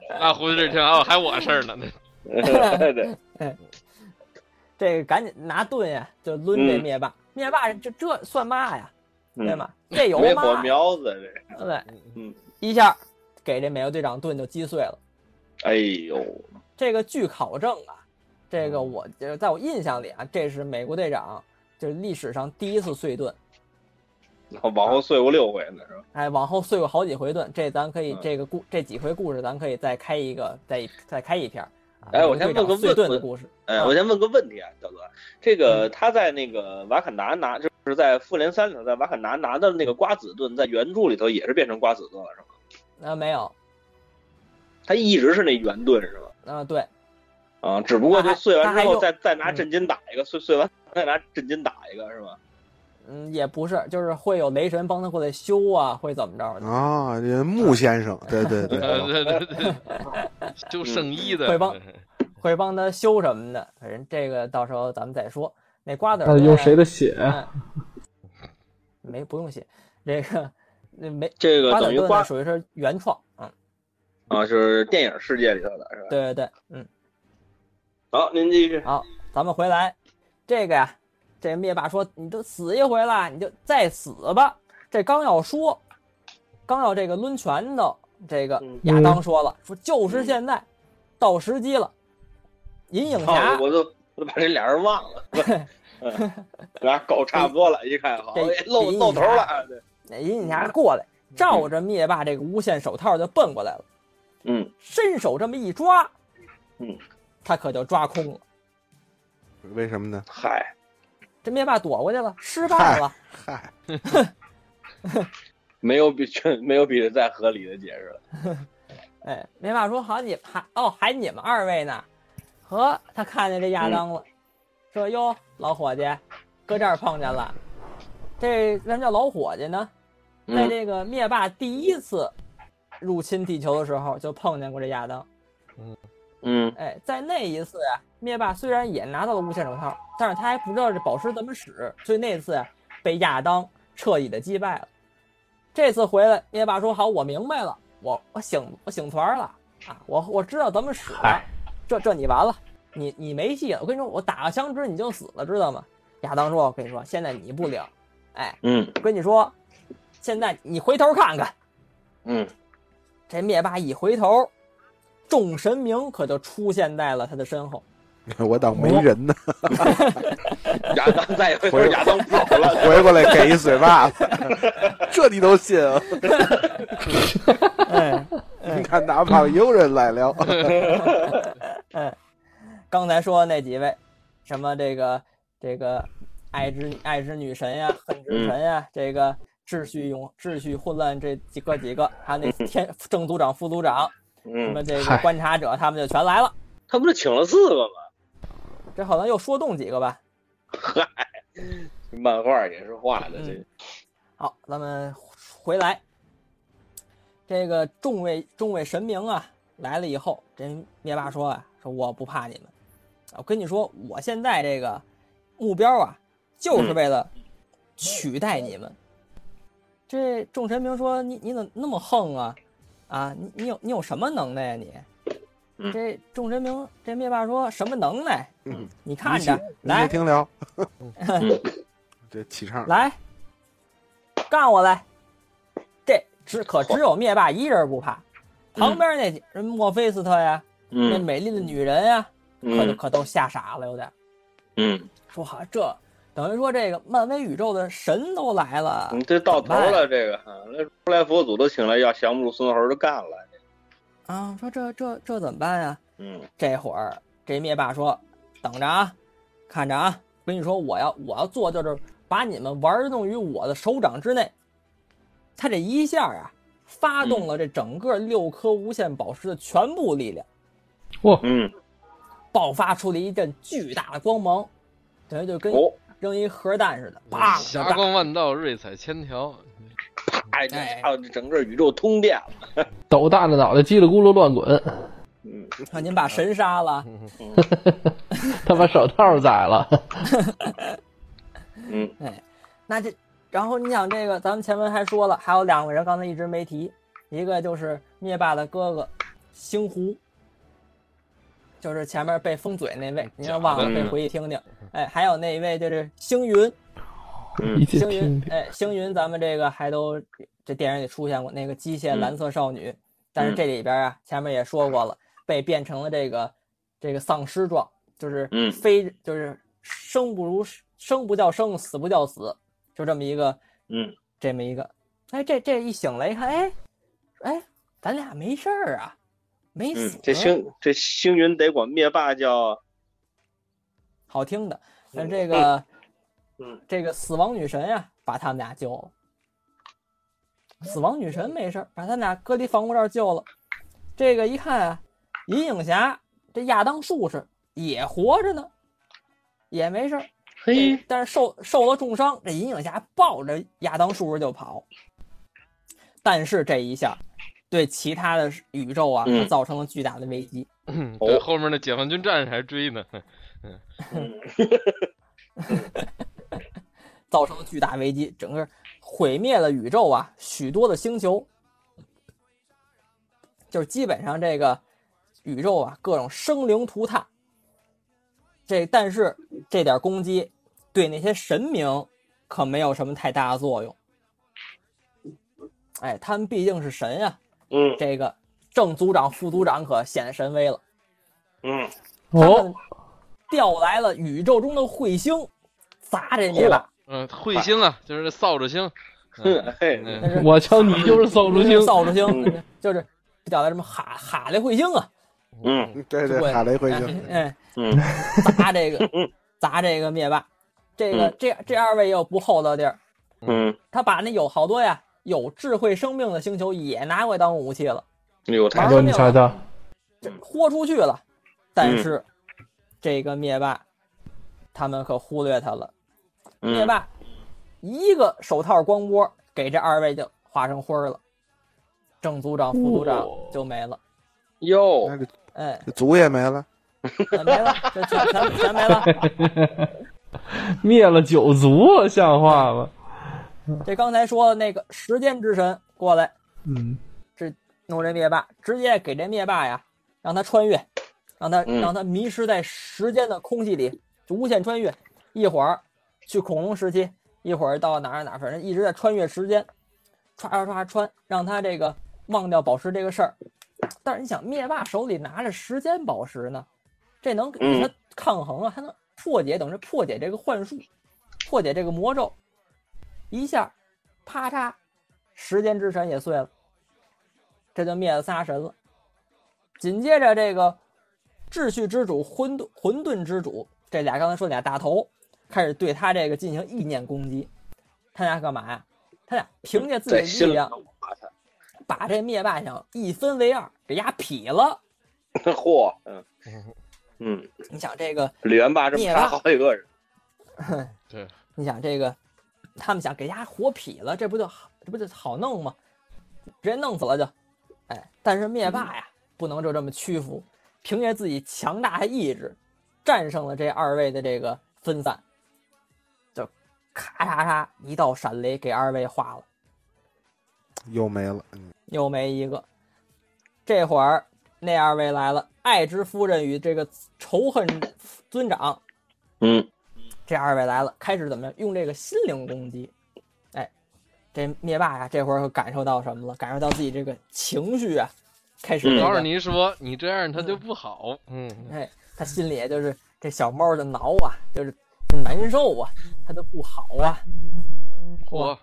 那胡志听啊，还我事儿呢，对，嗯 这个赶紧拿盾呀，就抡这灭霸。灭霸这这算妈呀，嗯对吗？这有没火妈呀，苗子这，对，嗯，一下给这美国队长盾就击碎了。哎呦，这个据考证啊，这嗯个我呃在我印象里啊，这是美国队长就是历史上第一次碎盾，往后碎过六回呢是吧？哎，往后碎过好几回盾，这咱可以嗯这个故这几回故事，咱可以再开一个，再再开一篇儿。啊哎我先美国队长问个碎盾的问故事，哎，我先问个问题啊，小哥，这个嗯他在那个瓦坎达拿，就是在复联三里头，在瓦坎达拿的那个瓜子盾，在原著里头也是变成瓜子盾了是吗？啊没有，他一直是那圆盾是吧？啊对，啊，只不过就碎完他还嗯之后用再再拿震金打一个，碎碎完再拿震金打一个是吧？嗯也不是，就是会有雷神帮他过来修啊，会怎么着的，嗯啊，这穆先 生，对对对，呃对对对，就圣衣的嗯会帮 会帮他修什么的，反正这个到时候咱们再说。那瓜子儿那呢哎用谁的啊血？没不用写，这个那没这个瓜等子于盾瓜呢属于是原创，嗯，啊，就是电影世界里头的是吧？对对对，嗯，好，您继续。好，咱们回来，这个呀，这灭霸说你都死一回了，你就再死吧。这刚要说，刚要这个抡拳头，这个嗯亚当说了，说就是现在，到时机了。银影好，侠哦我都我都把这俩人忘 了，嗯俩狗差不多了，一看好，这哎露这露头了，啊对，那银影侠过来，照着灭霸这个无限手套就奔过来了，嗯，伸手这么一抓，嗯，他可就抓空了。为什么呢？ 嗨，这灭霸躲过去了，失败了。嗨，没有比这没有比这再合理的解释了。哎，灭霸说：“好，你们还哦，还你们二位呢。”呵，他看见这亚当了，说：“哟，老伙计，搁这儿碰见了。这为什么叫老伙计呢？在嗯，这个灭霸第一次入侵地球的时候，就碰见过这亚当。嗯，哎，在那一次呀，灭霸虽然也拿到了无限手套，但是他还不知道这宝石怎么使，所以那次呀被亚当彻底的击败了。这次回来，灭霸说：“好，我明白了，我我醒我醒团了啊，我我知道怎么使了。这这你完了，你你没戏了。我跟你说，我打个枪指你就死了，知道吗？”亚当说：“我跟你说，现在你不灵，哎，嗯，我跟你说，现在你回头看看。” 嗯，这灭霸一回头，众神明可就出现在了他的身后。我当没人呢，亚当再一回头回，亚当跑了， 回过来给一嘴巴 子，这你都信啊？ 哎，你看哪怕有人 来了，刚才说的那几位，什么这个这个爱之爱之女神呀、恨之神呀，这个秩序永秩序混乱这几个几个，还有那天正组长、副组长，什 么嗯，这个嗨观察者，他们就全来了。他不是请了四个吗？这好像又说动几个吧？漫画也是画的，这好，咱们回来。这个众位众位神明啊来了以后，这灭霸说啊，说我不怕你们，啊我跟你说，我现在这个目标啊，就是为了取代你们。这众神明说你你怎么那么横啊？啊，你你有你有什么能耐呀、你？嗯这众神明这灭霸说什么能耐？嗯你看着你来没 听了？这起唱来，干我来！这只可只有灭霸一人不怕，旁边那几人墨菲斯特呀，那嗯美丽的女人呀，可就嗯可都吓傻了，有点嗯，说好这等于说这个漫威宇宙的神都来了嗯你，这到头了，这个啊，那如来佛祖都请来，要降不住孙猴就干了，啊，说这这这怎么办呀？嗯这会儿这灭霸说：“等着啊，看着啊，我跟你说，我要我要做就是把你们玩弄于我的手掌之内。”他这一下啊，发动了这整个六颗无限宝石的全部力量，嗯，爆发出了一阵巨大的光芒，等于就跟哦，扔一核弹似的，啪！就霞炸光万道，瑞彩千条。哎，这家伙这整个宇宙通电了，斗大着脑袋叽里咕噜乱滚，嗯让您把神杀了，他把手套宰了。嗯那这，然后你想这个，咱们前文还说了，还有两个人刚才一直没提，一个就是灭霸的哥哥星狐，就是前面被封嘴那位，您要忘了假可的嗯以回去听听。哎，还有那一位就是星云，一起星听一云，听。哎，星云，咱们这个还都这电影里出现过那个机械嗯蓝色少女，但是这里边啊，前面也说过了，被变成了这个这个丧尸状，就是嗯非、就是生不如死生不叫生，死不叫死，就这么一个嗯这么一个，哎，这这一醒来一看，哎哎，咱俩没事儿啊，没死、嗯，这星这星云得管灭霸叫好听的，但嗯这个嗯这个死亡女神呀、把他们俩救了。死亡女神没事儿，把他们俩隔离防护罩救了。这个一看啊，银影侠这亚当术士也活着呢，也没事儿，嘿这，但是受受了重伤，这银影侠抱着亚当术士就跑。但是这一下，对其他的宇宙啊，它嗯造成了巨大的危机。嗯对，后面的解放军战士还追呢。造成了巨大危机，整个毁灭了宇宙啊许多的星球，就是基本上这个宇宙啊各种生灵涂炭。这但是这点攻击对那些神明可没有什么太大的作用。哎，他们毕竟是神呀、啊嗯这个正组长、副组长可显神威了。嗯，他哦们，调来了宇宙中的彗星，砸这灭霸。嗯，彗星啊，就是扫帚星。哼嘿，嗯，但是我瞧你就是扫帚星，扫帚星嗯，就是叫他什么哈哈雷彗星啊，嗯对就过对，来哈雷彗星，哎，嗯哎砸这个 砸这个灭霸，这个嗯这这二位也有不厚道的地儿，嗯，他把那有好多呀有智慧生命的星球也拿过来当武器了，嗯有哎他呦你瞧瞧，这豁出去了，但嗯是这个灭霸，他们可忽略他了，灭嗯霸一个手套光波给这二位就化成灰儿了，正组长、副组长就没了，哟，那个哎。族也没了，呃没了，这全全全没了。灭了九族了，像话吗？这刚才说的那个时间之神过来嗯，弄这灭霸，直接给这灭霸呀，让他穿越，让他嗯让他迷失在时间的空气里，就无限穿越，一会儿去恐龙时期，一会儿到哪儿哪儿，反正一直在穿越时间，唰唰唰穿，让他这个忘掉宝石这个事儿。但是你想，灭霸手里拿着时间宝石呢，这能给他抗衡啊，还能破解，等于破解这个幻术，破解这个魔咒，一下，啪嚓，时间之神也碎了，这就灭了仨神了。紧接着这个秩序之主、混沌混沌之主，这俩刚才说俩大头，开始对他这个进行意念攻击。他俩干嘛呀？他俩凭借自在己的心力里量，骂他，把这灭霸想一分为二，给压劈了。嚯，嗯嗯，你想这个，李元霸这么灭杀霸好几个人，对，你想这个，他们想给压活劈了，这不就好，这不就好弄吗？直接弄死了就。哎，但是灭霸呀，不能就这么屈服，凭借自己强大的意志，战胜了这二位的这个分散，就咔嚓嚓一道闪雷给二位化了。又没了，嗯又没一个。这会儿那二位来了，爱之夫人与这个仇恨尊长，嗯这二位来了，开始怎么样？用这个心灵攻击。哎，这灭霸呀、这会儿可感受到什么了？感受到自己这个情绪啊，开始、嗯这告诉个你说，你这样他就不好。嗯，哎，他心里也就是这小猫的挠啊，就是难受啊，他的不好啊，嚯，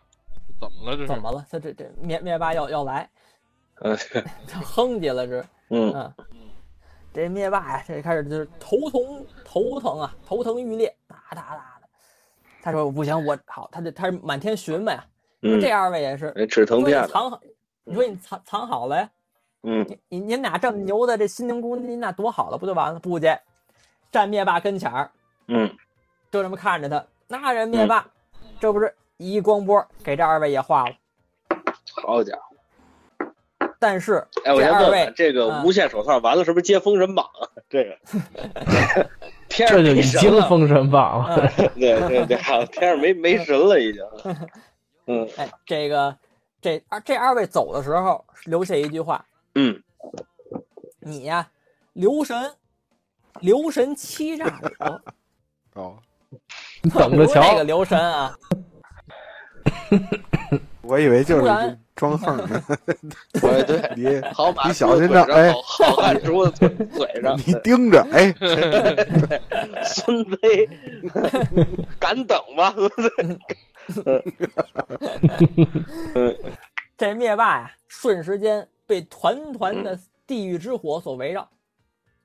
怎么了这是？怎么了？他这这灭灭霸要要来， 嗯他哼唧了这。嗯嗯，这灭霸呀，这开始就是头疼头疼啊，头疼欲裂，哒哒哒的。他说不行，我好，他就他是满天寻吧呀。嗯这，二位也是，哎止你疼说片你，藏好，你说你藏藏好了呀？嗯你你你们俩这么牛的，这心灵攻击，你俩多好了，不就完了？不去，站灭霸跟前儿，嗯就这么看着他。那人灭霸，这不是一光波给这二位也化了，好家伙，但是哎，我这先二问位问这个嗯无限手套完了是不是接封神榜啊？ 这 个天这上就没已神经了，封神榜了。对对对，好天上没没神了已经，嗯哎，这个这二这二位走的时候留下一句话，嗯你呀、留神，留神欺诈者，哦，等着瞧那个留神啊，我以为就突是然装横 呢。对哎对，你 好马猪你小嘴心点上，哎好好汉猪的 嘴嘴上，你盯着，哎，孙飞，敢等吧？这灭霸呀，瞬时间被团团的地狱之火所围绕。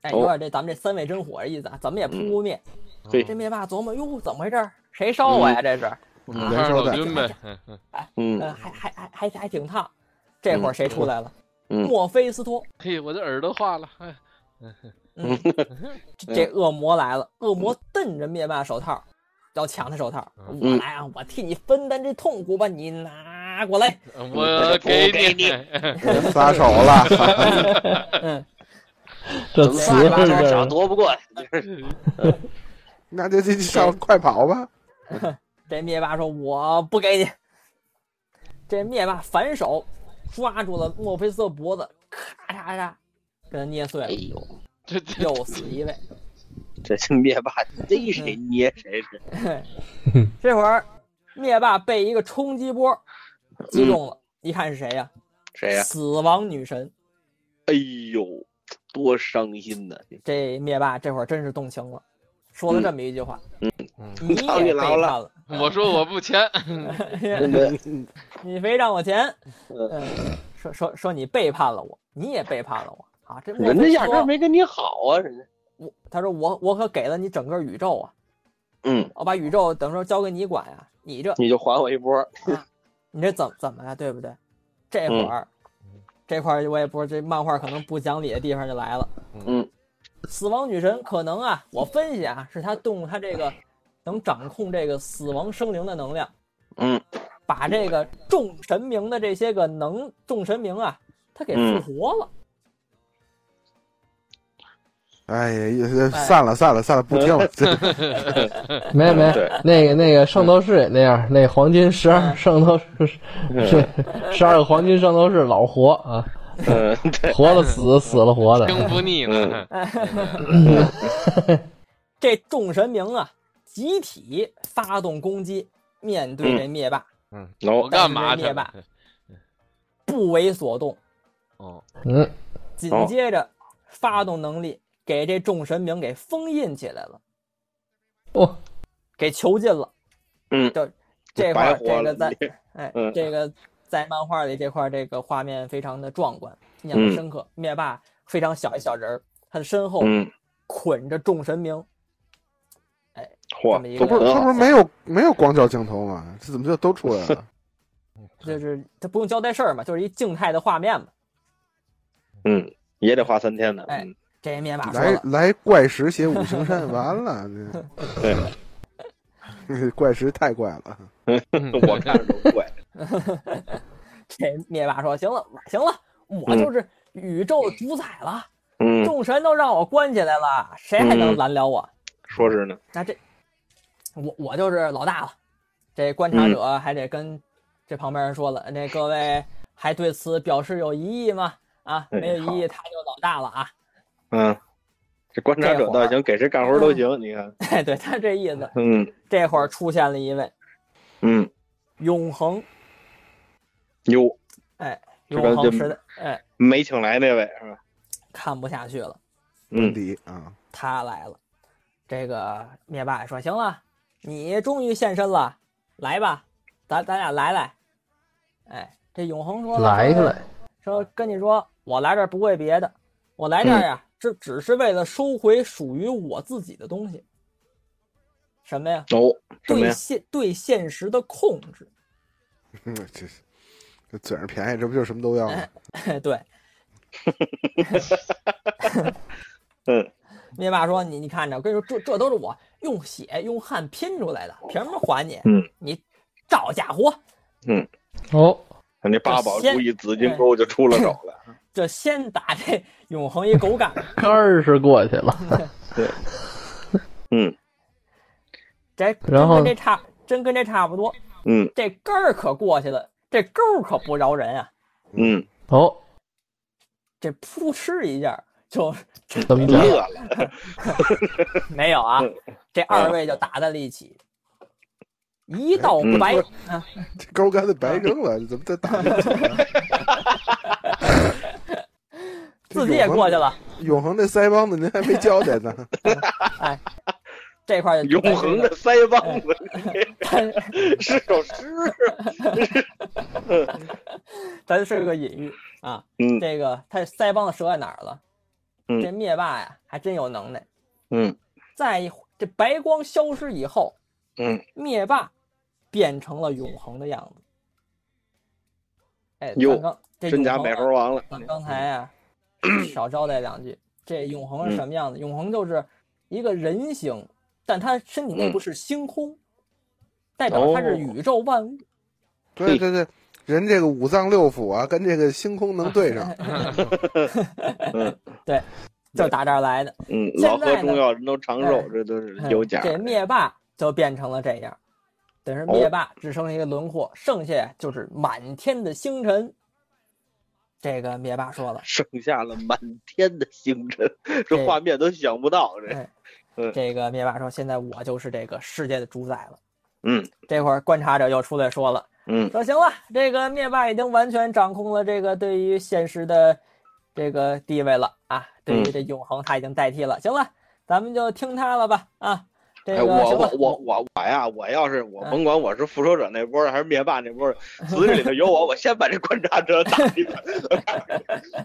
哎，有点这咱们这三昧真火这意思啊，怎么也扑不灭。 对这灭霸琢磨，哟，怎么回事儿？谁烧我呀？这是，嗯看燃着烧老弹，君呗，嗯嗯嗯呃，还还还还还挺烫。这会儿谁出来了？嗯墨菲斯托，嘿，我的耳朵化了，哎，这这恶魔来了。恶魔瞪着灭霸手套，要抢他手套。嗯我来啊，我替你分担这痛苦吧，你拿过来。我给你，撒手了， 嗯，这词怎么是办这少样夺不过，哎那就就上快跑吧。这灭霸说：“我不给你。”这灭霸反手抓住了墨菲斯特脖子，咔嚓嚓，给他捏碎哎了，呦，这这又死一位。这是灭霸逮谁嗯捏谁是，这会儿，灭霸被一个冲击波击中了，一看是谁呀、谁嗯哎呀？死亡女神。哎呦，多伤心呐！ 这灭霸这会儿真是动情了，说了这么一句话：“嗯 你操你也背姥叛姥了，我说我不签，真的， 你非让我钱。”嗯嗯，说说说你背叛了我，你也背叛了我啊！这墨人家菲斯压根儿托没跟你好啊，人家。我他说我我可给了你整个宇宙啊，嗯，我把宇宙等时候交给你管啊，你这你就还我一波。你这怎怎么了，对不对？这嗯会儿、这块儿我也不是这漫画可能不讲理的地方就来了。嗯，死亡女神可能啊，我分析啊，是她动用她这个能掌控这个死亡生灵的能量，嗯，把这个众神明的这些个能众神明啊，她给复嗯活了。哎呀，散了，散了，散了，不 听了。这没没对，那个那个圣斗士也那样，那黄金十二圣斗士，十二个黄金圣斗士老活啊， 嗯，活了死，死了活的，听不腻呢， 这众神明啊，集体发动攻击，面对这灭霸。嗯，我 no，干嘛去灭？霸不为所动，哦，嗯，紧哦接着发动能力给这众神明给封印起来了，哦，给囚禁了。嗯这这块白儿活这了个在你哎嗯这个在漫画里这块儿这个画面非常的壮观，印象嗯很深刻。灭霸非常小一小人儿，他的身后嗯，捆着众神明，嚯这么一，都个不是很他不好是没有没有广角镜头吗？这怎么就都出来了？就是他不用交代事儿嘛，就是一静态的画面嘛。嗯，也得花三天呢。哎嗯，这灭霸说来了，来，怪石写五行山，完了，对，这 怪石太怪了。 我看着都怪。这灭霸说：“行了，我行了，我就是宇宙主宰了，嗯，众神都让我关起来了，谁还能嗯拦了我？说是呢。那这我我就是老大了。”这观嗯察者还得跟这旁边人说了：“那各位还对此表示有疑义吗？啊，哎没有疑义，他就老大了啊。 嗯，这观察者倒行，给谁干活都行。你看，”哎，对他这意思。嗯这会儿出现了一位嗯，永恒，哟，哎，这永个恒就时代，哎，没请来那位是吧？看不下去了。温嗯迪啊，他来了。这个灭霸说：“行了，你终于现身了，来吧，咱咱俩来来。”哎，这永恒说：“来说来，说跟你说，我来这儿不为别的，我来这儿呀，这、只是为了收回属于我自己的东西。什么呀？哦，什么对呀？现对现实的控制。 嗯这是这嘴上便宜，这不就什么都要吗？对，嗯，灭霸说：“你你看着，我跟你说，这这都是我用血用汗拼出来的，凭什么还你？嗯，你照家伙。”哦，那八宝珠一紫金钩就出了手 了。这先打这永恒一狗赶， 二十过去了，嗯这然真后跟这差，真跟这差不多。嗯这根儿可过去了，这钩儿可不饶人啊！嗯，哦，这扑哧一下就 怎嗯么讲？乐了。嗯没有啊，这二位就打在了一起，一道白，嗯啊这高杆子白扔了，怎么再打进去了？这自己也过去了。永恒的腮帮子您还没交代呢，哎，这块儿就永恒的腮嗯帮子咱是首诗，啊咱是个隐喻啊。嗯这个他腮帮子折在哪儿了？嗯这灭霸呀，还真有能耐。嗯在一这白光消失以后，嗯，灭霸变成了永恒的样子。哎，哟咱刚这真假永恒美啊猴王了，咱刚才啊，少交代两句。这永恒是什么样子？永恒就是一个人形，但他身体内嗯部是星空，代哦表他是宇宙万物。对对对，人这个五脏六腑啊，跟这个星空能对上，就打这儿来的，嗯，现老喝在呢中药人都长寿哎，这都是嗯有奖。这灭霸就变成了这样，等哦于灭霸只剩下一个轮廓，剩下就是满天的星辰。这个灭霸说了，剩下了满天的星辰， 对这画面都想不到这。哎这个灭霸说：“现在我就是这个世界的主宰了。”嗯这会儿观察者又出来说了。嗯说行了，这个灭霸已经完全掌控了这个对于现实的这个地位了啊，对于嗯这永恒他已经代替了。行了，咱们就听他了吧嗯啊，这哎，个我行我了我我我呀，我要是我甭管我是复仇者那波儿还是灭霸那波儿，死里头有我，我先把这观察者打 一顿。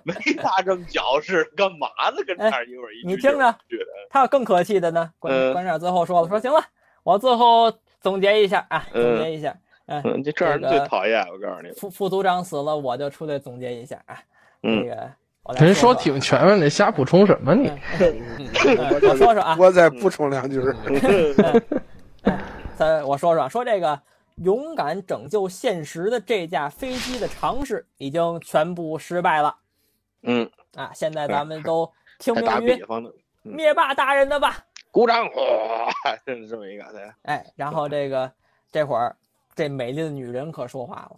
没他这么矫饰，干嘛呢？跟这儿一会儿一句哎你听着一句的，他有更可气的呢，关嗯关长最后说了，说行了，我最后总结一下啊，总嗯结一下，嗯，这这样人这最个讨厌，我告诉 你。副副组长死了，我就出来总结一下啊，嗯这个我来人说说挺全面的，瞎补充什么你？ 嗯我说说啊，我再补充两句儿。咱我说说啊，说这个勇敢拯救现实的这架飞机的尝试已经全部失败了嗯，啊！现在咱们都听哎还打命比于方呢，灭霸大人的吧？鼓掌， 哗，真是这么一个对。哎，然后这个这会儿这美丽的女人可说话了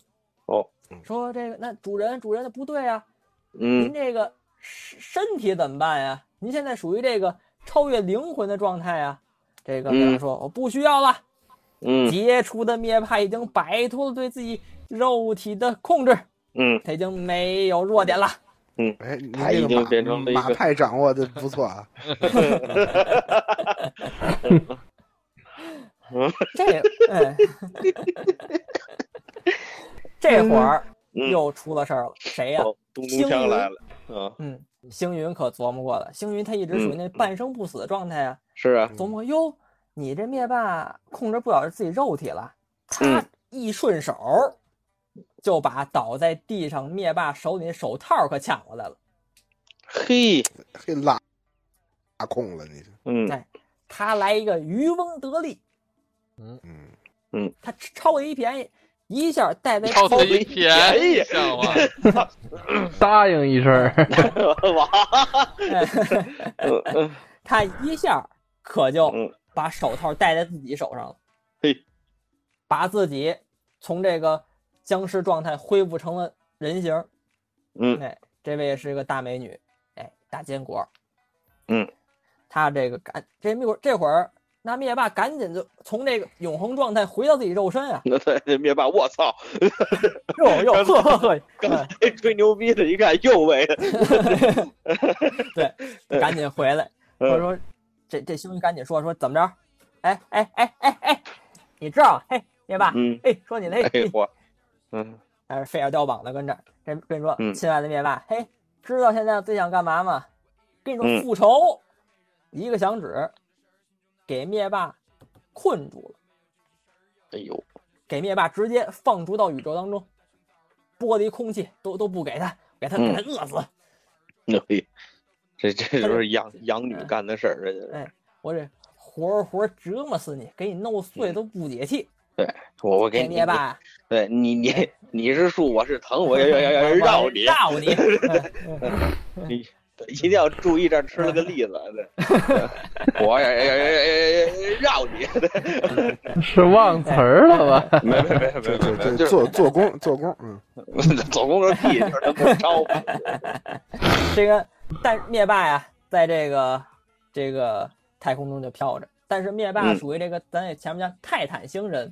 哦，说这个那主人主人的不对啊，您嗯这个身身体怎么办呀？您现在属于这个超越灵魂的状态啊！这个灭霸说、我不需要了。嗯杰出的灭霸已经摆脱了对自己肉体的控制，嗯，他已经没有弱点了。哎，您他已这经个变成了一马马个派掌握的不错啊，这，嗯， 这会儿嗯又出了事儿了，谁呀、哦咚咚锵来了。啊，嗯，星云可琢磨过了，星云他一直属于那半生不死的状态啊，是啊，琢磨哟，你这灭霸控制不了自己肉体了，他嗯一顺手就把倒在地上灭霸手里那手套可抢过来了。嘿，嘿拉拉空了你这，嗯哎他来一个渔翁得利，嗯，他抄了一便宜，一下带在超他他一哎便宜，像话！答应一声儿， 嗯嗯， 他一下可就嗯把手套戴在自己手上了，嘿，把自己从这个僵尸状态恢复成了人形。嗯哎，这位是个大美女，哎，大坚果。嗯，她这个赶这灭这会儿，那灭霸赶紧就从这个永恒状态回到自己肉身 ，啊那他灭霸，我操！又又呵呵呵，刚才吹牛逼的，一看又喂，赶紧回来。 嗯我说这这兄弟赶紧说说怎么着？哎哎哎哎哎，你知道？嘿，灭霸， 嗯， 嘿，说你哎嘞，哎 嘿我， 嗯还是费尔碉堡的跟这儿，这跟你说，嗯亲爱的灭霸，嘿，知道现在最想干嘛吗？跟你说嗯复仇，一个响指，给灭霸困住了，哎呦，给灭霸直接放逐到宇宙当中，剥离空气，都都不给他，给他嗯给他饿死。那嘿，哎这这嗯就是养养女干的事儿，这就是。我这活活折磨死你，给你弄碎都不解气。我我这嗯哎给你灭，霸啊对你你你是树，我是藤， 我要要要要绕你，绕 你，嗯一定要注意这儿吃了个栗子， 对，我要要要要要绕你，是忘词儿了 吧？没没没对没对没，对，就是做做工做工，嗯，总共个屁，就是他们招。这个，但是灭霸呀，在这个这个太空中就飘着。但是灭霸嗯属于这个，咱也前面讲泰坦星人，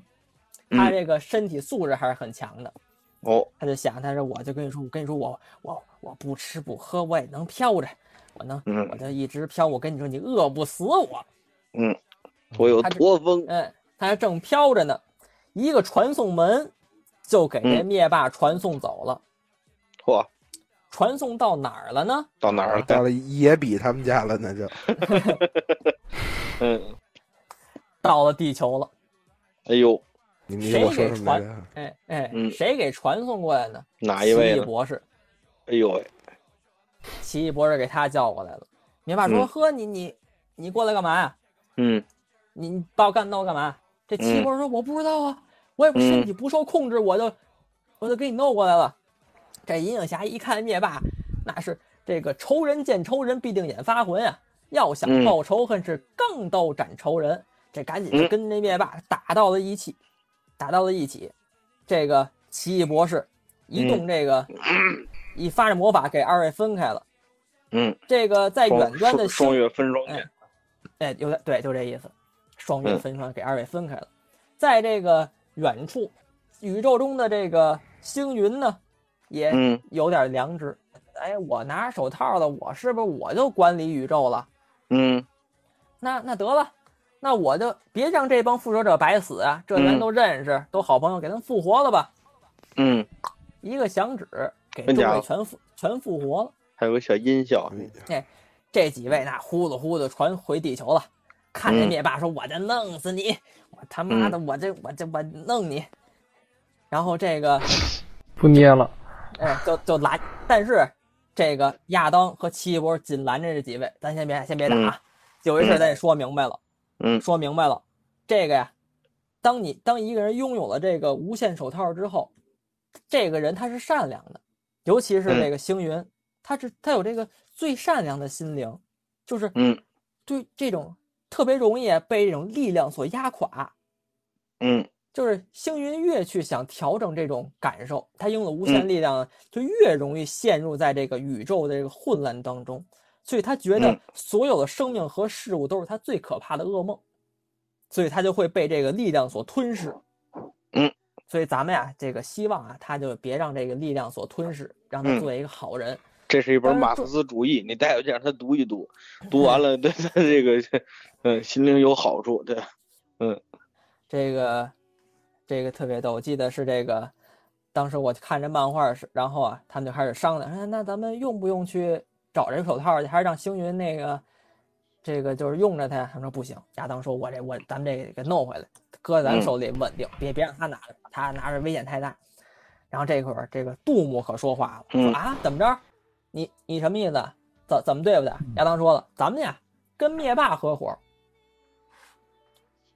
他这个身体素质还是很强的。 哦，他就想，他说我就跟你说，我跟你说，我我我不吃不喝，我也能飘着，我能，嗯我就一直飘。我跟你说，你饿不死我。我有驼峰，哎，他还正飘着呢，一个传送门就给这嗯灭霸传送走了。嚯，传送到哪儿了呢？到哪儿到了？了野比他们家了，那就嗯，到了地球了。哎呦，你你跟我说什么来谁给着？哎哎，嗯谁给传送过来呢？哪一奇位异呢？博士，哎呦喂，奇异博士给他叫过来了。灭霸说：“嗯呵，你你你过来干嘛呀？嗯你你把我干闹干嘛？”这奇异博士说：“我不知道啊，我也不嗯身体不受控制，我就我就给你弄过来了。”这银影侠一看灭霸，那是这个仇人见仇人必定眼发浑啊！要想嗯报仇，恨是杠刀斩仇人。这赶紧就嗯跟那灭霸打到了一起，打到了一起。这个奇异博士嗯一动这个，一发着魔法给二位分开了。嗯，这个在远双端双的双星，月分双哎剑，哎，有点对，就这意思，双月嗯分双给二位分开了。在这个远处，宇宙中的这个星云呢，也嗯有点良知。哎，我拿手套了，我是不是我就管理宇宙了？嗯那那得了，那我就别让这帮复仇者白死啊！这咱嗯都认识，都好朋友，给他们复活了吧！嗯，一个响指给真众假位的全复全复活了。还有个小音效，啊这几位那呼噜呼噜传回地球了，看见灭霸说：“我就弄死你！我他妈的，我这我这我弄你！”然后这个，不捏了，哎，就就拦，但是这个亚当和奇异博士紧拦着这几位，咱先别先别打啊，有一事儿咱也说明白了，嗯说明白了，这个呀，当你当一个人拥有了这个无限手套之后，这个人他是善良的，尤其是这个星云，他是他有这个最善良的心灵，就是嗯对这种特别容易被这种力量所压垮。嗯就是星云越去想调整这种感受，他用了无嗯限力量，就越容易陷入在这个宇宙的这个混乱当中。所以他觉得嗯所有的生命和事物都是他最可怕的噩梦，所以他就会被这个力量所吞噬。嗯，所以咱们呀、这个希望啊，他就别让这个力量所吞噬，让他嗯做一个好人。这是一本当然马克思主义，你带回去让他读一读，读完了对他这个，嗯，心灵有好处，对，这个这个特别逗，我记得是这个，当时我看这漫画是，然后啊，他们就开始商量，说那咱们用不用去找这个手套去，还是让星云那个这个就是用着它呀？他说不行，亚当说我这我咱们这个给弄回来，搁在咱们手里稳定，别别让他拿着，他拿着危险太大。然后这会儿这个杜牧可说话了，说嗯啊怎么着？你你什么意思？怎怎么对付的？亚当说了，咱们呀跟灭霸合伙，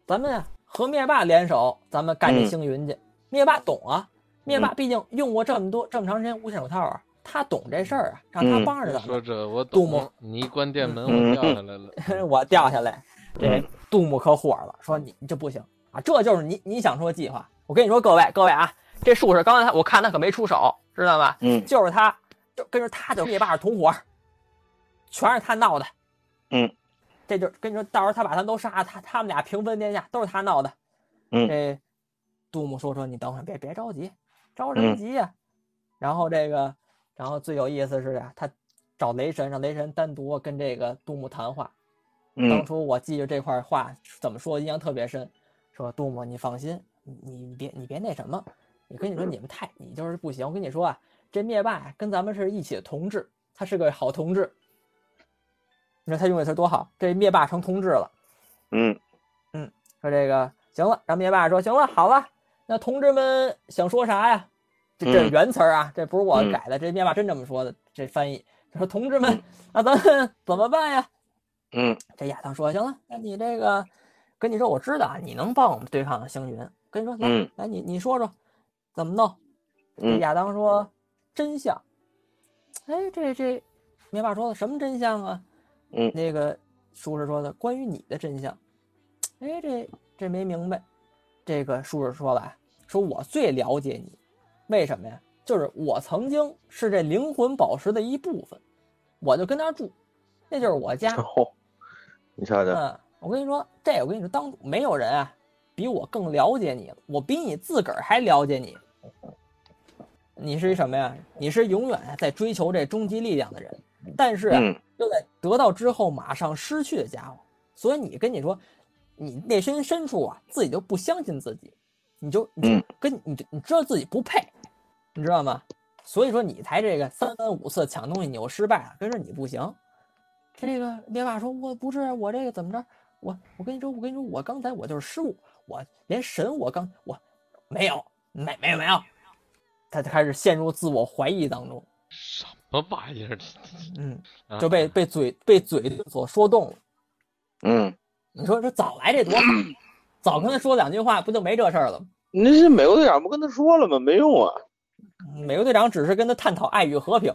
咱们呀和灭霸联手，咱们干这嗯星云去。灭霸懂啊，灭霸毕竟用过这么多这么长时间无线手套啊，他懂这事儿啊，让他嗯帮着咱说们。着我杜懂牧，你一关店门，嗯我掉下来了。 我掉下来，这嗯杜牧可火了，说你你这不行啊，这就是你你想说计划。我跟你说，各位各位啊，这术士刚才他我看他可没出手，知道吗？嗯就是他，就跟着他就是灭霸是同伙，全是他闹的。嗯，这就是跟你说，到时候他把他们都杀了，他他们俩平分天下，都是他闹的。嗯这杜牧说说你等会儿别别着急，着什嗯么急呀、然后这个，然后最有意思是啊，他找雷神，让雷神单独跟这个杜牧谈话。当嗯初我记着这块话怎么说，印象特别深。说杜牧，你放心，你你别你别那什么，我跟你说，你们太你就是不行。我跟你说啊，这灭霸呀跟咱们是一起的同志，他是个好同志。你说他用这词儿多好，这灭霸成同志了。嗯说这个行了，然后灭霸说行了，好了，那同志们想说啥呀？这这嗯是原词儿啊，这不是我嗯改的，这灭霸真这么说的。这翻译他说同志们，那咱们 怎么办呀？嗯这亚当说：“行了，那你这个，跟你说，我知道啊，你能帮我们对抗星云。跟你说，来、嗯来，你你说说，怎么弄？”这嗯亚当说：“真相。”哎，这这，灭霸说了什么真相啊？嗯那个术士说的关于你的真相。哎，这这没明白。这个术士说了啊，说我最了解你，为什么呀？就是我曾经是这灵魂宝石的一部分，我就跟那儿住，那就是我家。然后你瞧瞧，嗯，我跟你说，这我跟你说，当没有人啊，比比我更了解你了，我比你自个儿还了解你。你是一什么呀？你是永远在追求这终极力量的人，但是啊嗯又在得到之后马上失去的家伙。所以你跟你说，你内心深处啊，自己就不相信自己，你就你就嗯跟你就你知道自己不配，你知道吗？所以说你才这个三番五次抢东西你又失败了，跟着你不行。这个灭霸说：“我不是啊我这个怎么着？我我跟你说，我跟你说，我刚才我就是失误，我连神我刚我没有没没有没有。”他就开始陷入自我怀疑当中，什么玩意儿？嗯，啊就被被嘴被嘴所说动了。嗯，你说这早来这多好，早跟他说两句话，不就没这事儿了吗？你这美国队长不跟他说了吗？没用啊！嗯美国队长只是跟他探讨爱与和平，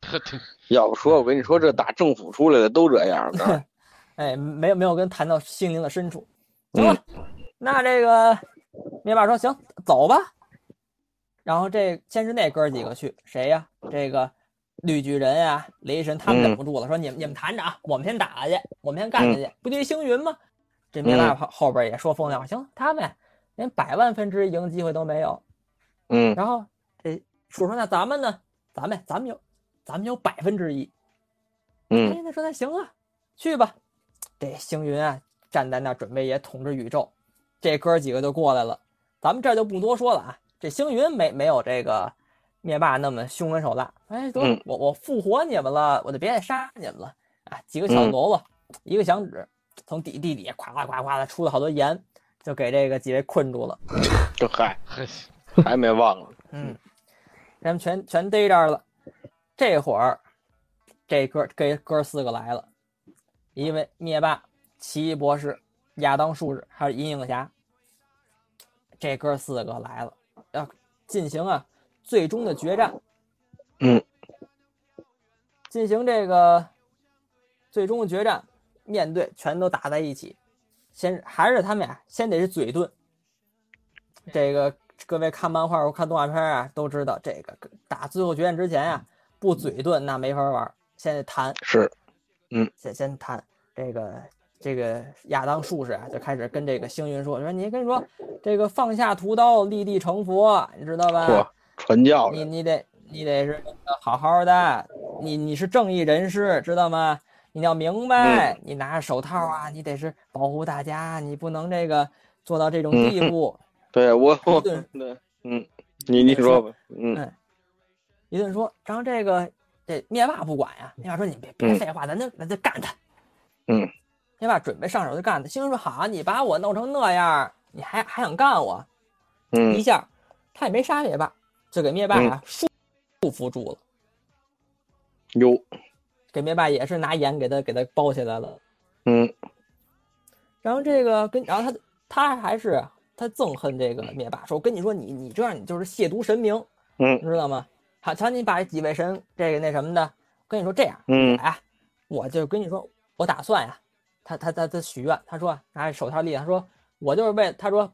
他他要不说我跟你说，这打政府出来的都这样 的。哎，没有没有跟谈到心灵的深处。行了，那这个灭霸说行，走吧。然后这先是那哥几个去，谁呀、这个绿巨人呀、雷神他们忍不住了，说你们你们谈着啊，我们先打去，我们先干下去，不就一星云吗？这灭霸后后边也说风凉话，行，他们连百万分之一赢机会都没有。嗯然后这楚说那咱们呢？咱们咱们有咱们有百分之一，嗯哎，那说那行啊，去吧。这星云啊，站在那儿准备也统治宇宙，这哥儿几个就过来了。咱们这儿就不多说了啊。这星云没没有这个灭霸那么凶狠手辣，哎，得嗯我我复活你们了，我就别再杀你们了啊！几个小嗯喽啰，一个响指，从地地底下咵啦咵啦咵啦出了好多盐，就给这个几位困住了。这嗨，还还没忘了。嗯，咱们全全逮这儿了。这会儿，这哥这哥四个来了，一位灭霸、奇异博士、亚当术士，还有银影侠。这哥四个来了，要进行啊最终的决战。嗯，进行这个最终的决战，面对全都打在一起，先还是他们俩先得是嘴遁，这个各位看漫画或看动画片啊，都知道这个打最后决战之前啊，不嘴遁那没法玩，先得谈，是，先先谈这个这个亚当术士啊，就开始跟这个星云说，说你跟你说这个放下屠刀，立地成佛，你知道嚯吧？，传教你的。你得你得是好好的，你你是正义人士，知道吗？你要明白，你拿着手套啊，你得是保护大家，你不能这个做到这种地步。对我我对对，嗯，你你说吧，嗯一顿说，然后这个这灭霸不管呀，灭霸说你别别嗯废话，咱就咱就干他。嗯，灭霸准备上手就干他，星云说好，你把我弄成那样，你还还想干我？一嗯下他也没杀灭霸，就给灭霸啊束束缚住了，有，给灭霸也是拿盐给他给他包起来了。嗯然后这个跟然后他他还是他憎恨这个灭霸，说我跟你说你你这样你就是亵渎神明，嗯你知道吗？好，瞧你把几位神这个那什么的，跟你说这样，嗯哎，我就跟你说，我打算呀、他他他他许愿，他说拿着手套立，他说我就是为他说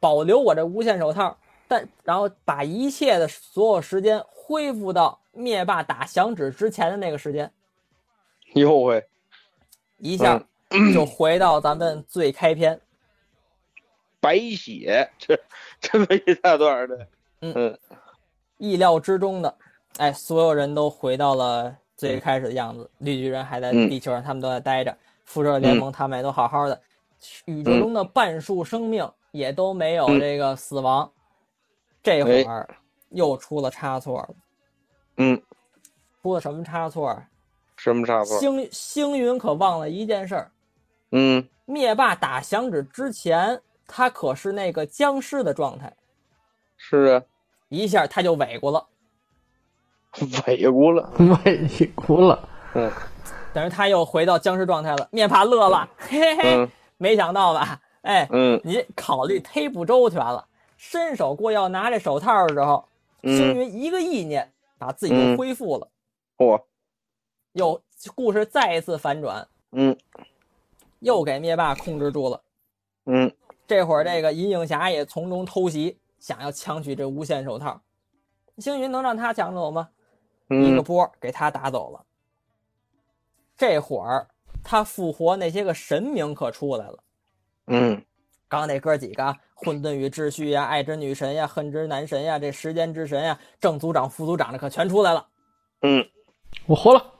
保留我这无限手套，但然后把一切的所有时间恢复到灭霸打响指之前的那个时间，哟喂，一下就回到咱们最开篇。白血，这这么一大段儿的，意料之中的，哎，所有人都回到了最开始的样子。绿巨人还在嗯地球上，他们都在待着；复仇者联盟他们也都好好的。宇宙中的半数生命也都没有嗯哎这个死亡。这会儿又出了差错了，嗯，出了什么差错儿？什么差不多？星星云可忘了一件事儿：嗯，灭霸打响指之前，他可是那个僵尸的状态，是啊， 一下他就尾过了，尾咕了，喂，你哭了，嗯等于他又回到僵尸状态了。灭霸乐了，嘿嘿嘿。嗯没想到吧？哎，嗯你考虑忒不周全了。伸手过要拿这手套的时候，星嗯，云一个意念把自己又恢复了。嚯，又故事再一次反转，嗯又给灭霸控制住了。嗯这会儿这个银影侠也从中偷袭，想要抢取这无限手套。星云能让他抢走吗？一个嗯，波儿给他打走了。这会儿他复活那些个神明可出来了。嗯刚刚那哥几个啊，混沌与秩序呀、爱之女神呀、恨之男神呀、这时间之神呀、正组长、副组长的可全出来了，嗯，我活了，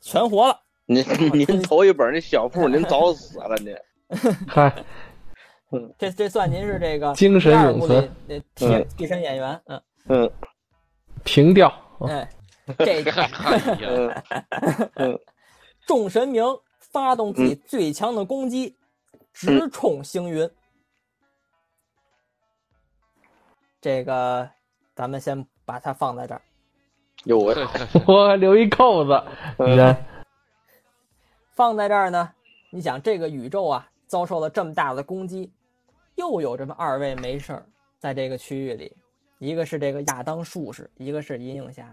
全活了。 您您头一本那小铺，您早死了您。嗨，这这算您是这个精神第二永部存里那替替身演员，嗯，嗯平调。啊哎，这嗨嗨呀，嗯众神明发动自己最强的攻击，直冲星云。这个咱们先把它放在这儿。有啊嗯我对 对我还留一扣子，呃你看，放在这儿呢，你想这个宇宙啊，遭受了这么大的攻击，又有这么二位没事儿在这个区域里，一个是这个亚当术士，一个是银影侠，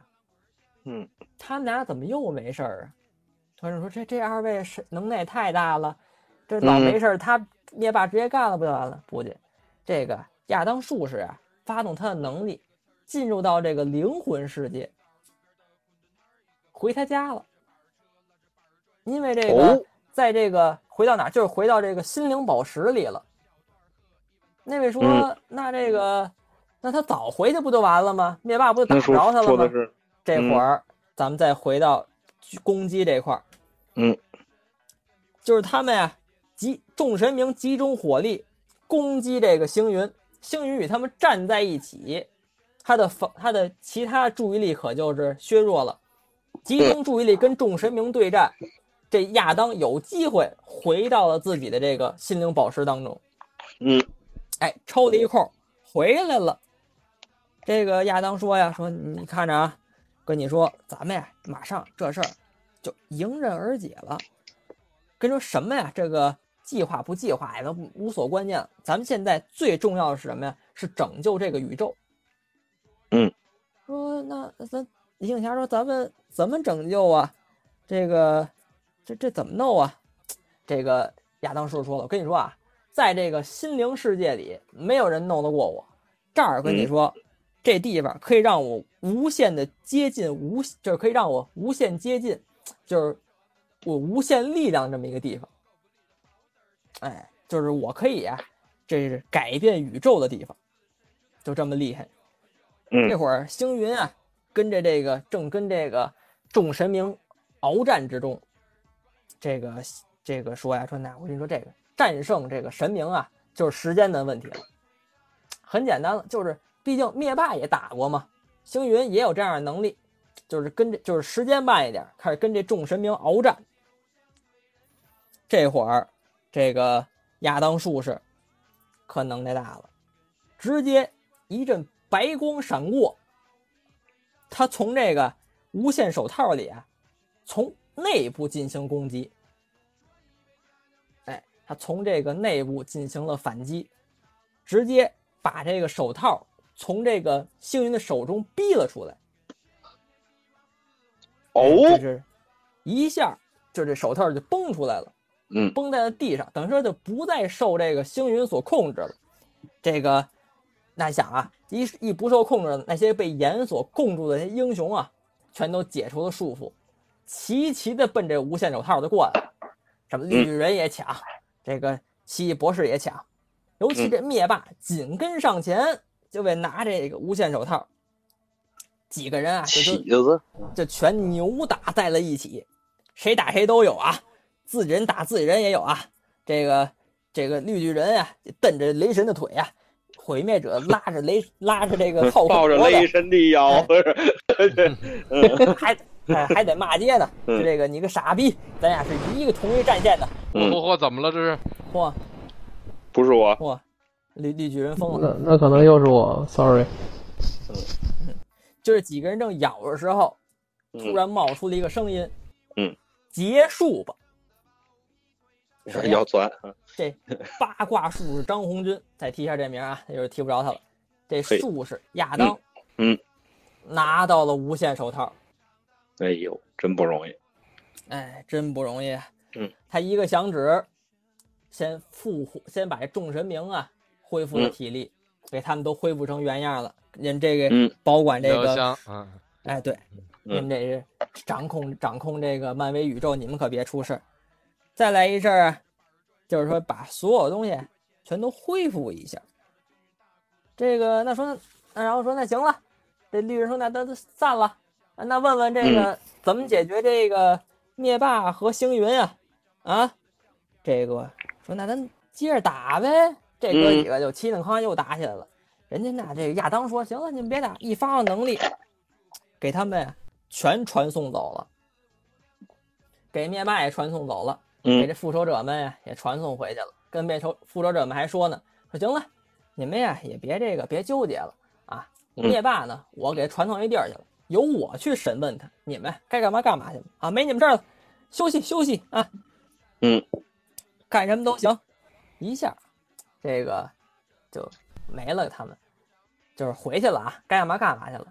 嗯，他们俩怎么又没事儿啊？团长说这这二位是能耐太大了，这老嗯没事儿，他灭霸直接干了不就完了？不对，这个亚当术士啊，发动他的能力，进入到这个灵魂世界，回他家了，因为这个、哦在这个回到哪儿，就是回到这个心灵宝石里了。那位说，嗯那这个，那他早回去不就完了吗？灭霸不就打那不着他说说了吗的？是这会儿、咱们再回到攻击这块儿，嗯，就是他们呀、集众神明集中火力攻击这个星云，星云与他们站在一起，他的防他的其他注意力可就是削弱了，集中注意力跟众神明对战，这亚当有机会回到了自己的这个心灵宝石当中。嗯哎，抽了一空回来了。这个亚当说呀，说你你看着啊，跟你说，咱们呀，马上这事儿就迎刃而解了。跟你说什么呀？这个计划不计划也都无所关键了。咱们现在最重要的是什么呀？是拯救这个宇宙。嗯，说那咱李景霞说咱们怎么拯救啊？这个这这怎么弄啊？这个亚当叔叔说了，我跟你说啊，在这个心灵世界里，没有人弄得过我。这儿跟你说，这地方可以让我无限的接近无，就是可以让我无限接近，就是我无限力量这么一个地方。哎，就是我可以啊，这是改变宇宙的地方，就这么厉害。这嗯会儿星云啊，跟着这个正跟这个众神明鏖战之中，这个这个说呀说那，我跟你说这个战胜这个神明啊，就是时间的问题了，很简单了，就是毕竟灭霸也打过嘛，星云也有这样的能力，就是跟这就是时间慢一点，开始跟这众神明鏖战。这会儿，这个亚当术士可能耐大了，直接一阵白光闪过，他从这个无限手套里啊，从内部进行攻击。哎，他从这个内部进行了反击，直接把这个手套从这个星云的手中逼了出来。就哦是一下就这手套就崩出来了，嗯崩在了地上，等于说就不再受这个星云所控制了。这个，那你想啊，一一不受控制，那些被盐所控住的那些英雄啊，全都解除了束缚，齐齐的奔这无限手套就过来了。什么绿巨人也抢，这个奇异博士也抢，尤其这灭霸紧跟上前，就为拿这个无限手套。几个人啊，就起都子这全扭打在了一起，谁打谁都有啊，自己人打自己人也有啊。这个这个绿巨人啊，蹬着雷神的腿啊，毁 灭者拉着雷拉着这个浩克抱着脖子雷神的腰，哎不是还哎还得骂街呢，嗯就这个你个傻逼，咱俩是一个同一战线的，嚯嚯嚯，怎么了这是？嚯不是我，嚯，绿绿巨人嗯疯了。那那可能又是我，sorry。就是几个人正咬的时候，嗯突然冒出了一个声音，嗯，结束吧。谁哎呀腰酸，啊这八卦术士张红军，再提一下这名啊，那就是提不着他了。这嘿术士亚当，嗯，拿到了无限手套，哎呦，真不容易，哎，真不容易。嗯，他一个响指，先复活，先把这众神明啊恢复了嗯体力，给他们都恢复成原样了。人这嗯个保管这疗个，香啊，哎，对，你们这是掌控掌控这个漫威宇宙，你们可别出事儿。再来一阵儿啊，就是说把所有东西全都恢复一下。这个那说那然后说那行了，这绿人说那那那散了，那问问这个怎么解决这个灭霸和星云啊？啊，这个说那咱接着打呗。这哥嗯几个就七零康又打起来了。人家那这个亚当说行了，你们别打，一发上能力，给他们呀全传送走了，给灭霸也传送走了。给嗯这复仇者们呀也传送回去了。跟灭仇复仇者们还说呢，说行了，你们呀也别这个别纠结了啊。嗯灭霸呢，我给传送一地儿去了，由我去审问他，你们该干嘛干嘛去吧啊，没你们事儿了，休息休息啊。嗯，干什么都行。一下，这个就没了他们，就是回去了啊，该干嘛干嘛去了。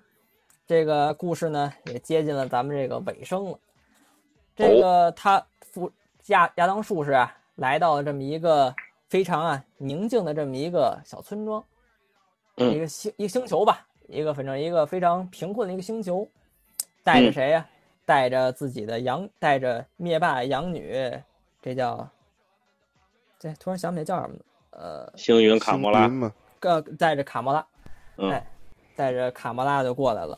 这个故事呢也接近了咱们这个尾声了。这个他复亚亚当术士啊，来到了这么一个非常啊宁静的这么一个小村庄，嗯一个星一个星球吧，一个反正一个非常贫困的一个星球，带着谁呀、啊带着自己的养，带着灭霸养女，这叫，这突然想不起来叫什么了，呃，星云卡莫拉星云，嘛，个带着卡莫拉，嗯哎，带着卡莫拉就过来了，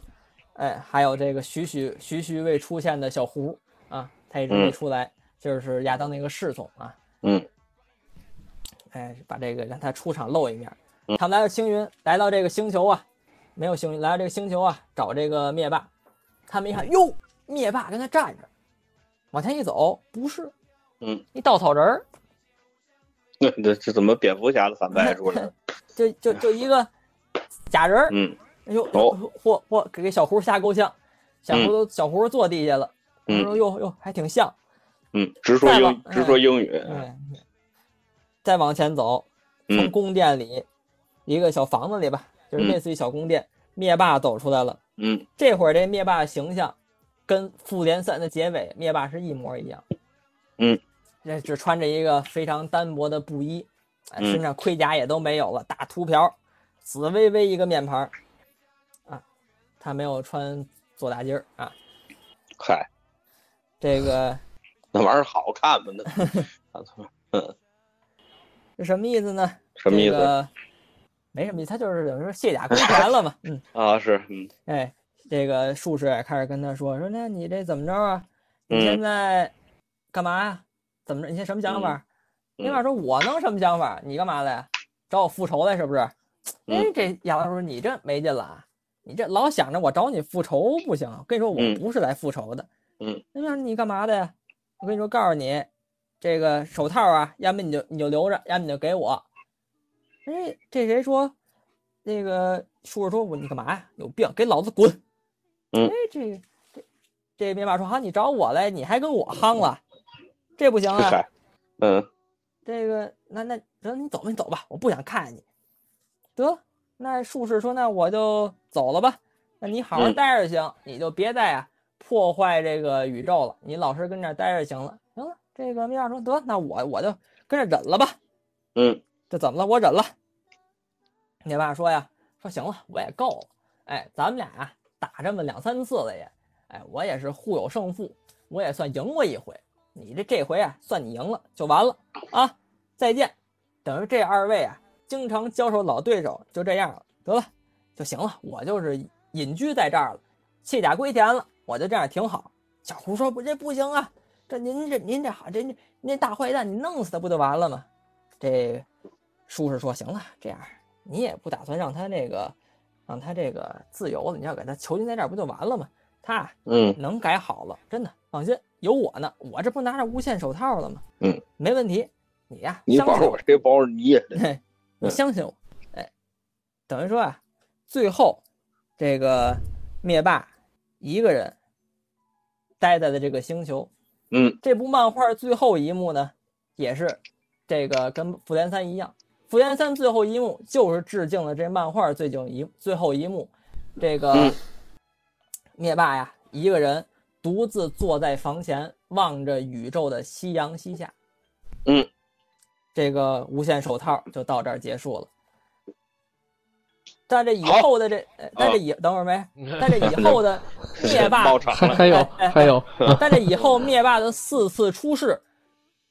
哎，还有这个徐徐徐徐未出现的小胡啊，他一直没嗯出来，就是亚当的一个侍从啊，嗯，哎，把这个让他出场露一面。嗯他们来到星云，来到这个星球啊，没有星云，来到这个星球啊，找这个灭霸。他们一看，哟，灭霸跟他站着，往前一走，不是，嗯，一稻草人儿，那 这这怎么蝙蝠侠的反派出来 了？就就就一个假人儿，嗯哎呦，哦嚯嚯，给小胡吓够呛，小胡嗯都小胡坐地下了，他嗯说哟哟，还挺像。嗯，直说再英往直说英语，对，再往前走，从嗯宫殿里、一个小房子里吧，就是嗯类似于小宫殿，灭霸走出来了。嗯这会儿这灭霸形象跟复联三的结尾灭霸是一模一样。嗯，这只穿着一个非常单薄的布衣，哎嗯身上盔甲也都没有了，大秃瓢，紫微微一个面盘儿，啊，他没有穿左大襟儿啊，嗨，这个。 那玩意儿好看吗？那 啊他妈这什么意思呢？什么意这思啊个没什么意思，他就是有时候卸甲归田了嘛。嗯，啊？是嗯哎，这个术士也开始跟他说说，那你这怎么着啊？你嗯现在干嘛呀？怎么着？你现在什么想法？嗯另外说，我能什么想法？你干嘛来？找我复仇来是不是？哎嗯，这亚当说你这没劲了啊！你这老想着我找你复仇不行，我跟你说我嗯不是来复仇的。嗯，那么你干嘛的呀？我跟你说，告诉你，这个手套啊，要么你就你就留着，要么你就给我。哎，这谁说？那个叔叔说我你干嘛呀？有病，给老子滚！嗯哎，这个这这灭霸说好，你找我来，你还跟我夯了，这不行啊！嗨，嗯这个那那行，你走吧，你走吧，我不想看见你。得了，那术士说，那我就走了吧。那你好好嗯待着行，你就别再啊破坏这个宇宙了，你老实跟这儿待着行了。行了，这个米娅说，得，那我我就跟这儿忍了吧。嗯这怎么了？我忍了。你爸说呀，说行了，我也够了。哎，咱们俩啊打这么两三次了也，哎，我也是互有胜负，我也算赢过一回。你这这回啊，算你赢了就完了啊！再见。等于这二位啊，经常交手老对手，就这样了，得了，就行了。我就是隐居在这儿了，卸甲归田了，我就这样挺好。小胡说不，这不行啊，这您这您这好，这您那大坏蛋，你弄死他不就完了吗？这术士说：“行了，这样你也不打算让他那个，让他这个自由了，你要给他囚禁在这儿不就完了吗？他啊嗯能改好了，真的放心，有我呢，我这不拿着无限手套了吗？嗯，没问题，你呀、你相保信我这包你也得嘿，你嗯相信我，哎，等于说啊，最后这个灭霸一个人待在了这个星球。嗯这部漫画最后一幕呢，也是这个跟复联三一样，复联三最后一幕就是致敬了这漫画最后一最后一幕，这个嗯灭霸呀，一个人独自坐在房前，望着宇宙的夕阳西下。嗯，这个无限手套就到这儿结束了。但这以好啊后的这，呃但这以等会儿没，但这以后的灭霸爆场还 了， 还有还有，但是以后灭霸的四次出世，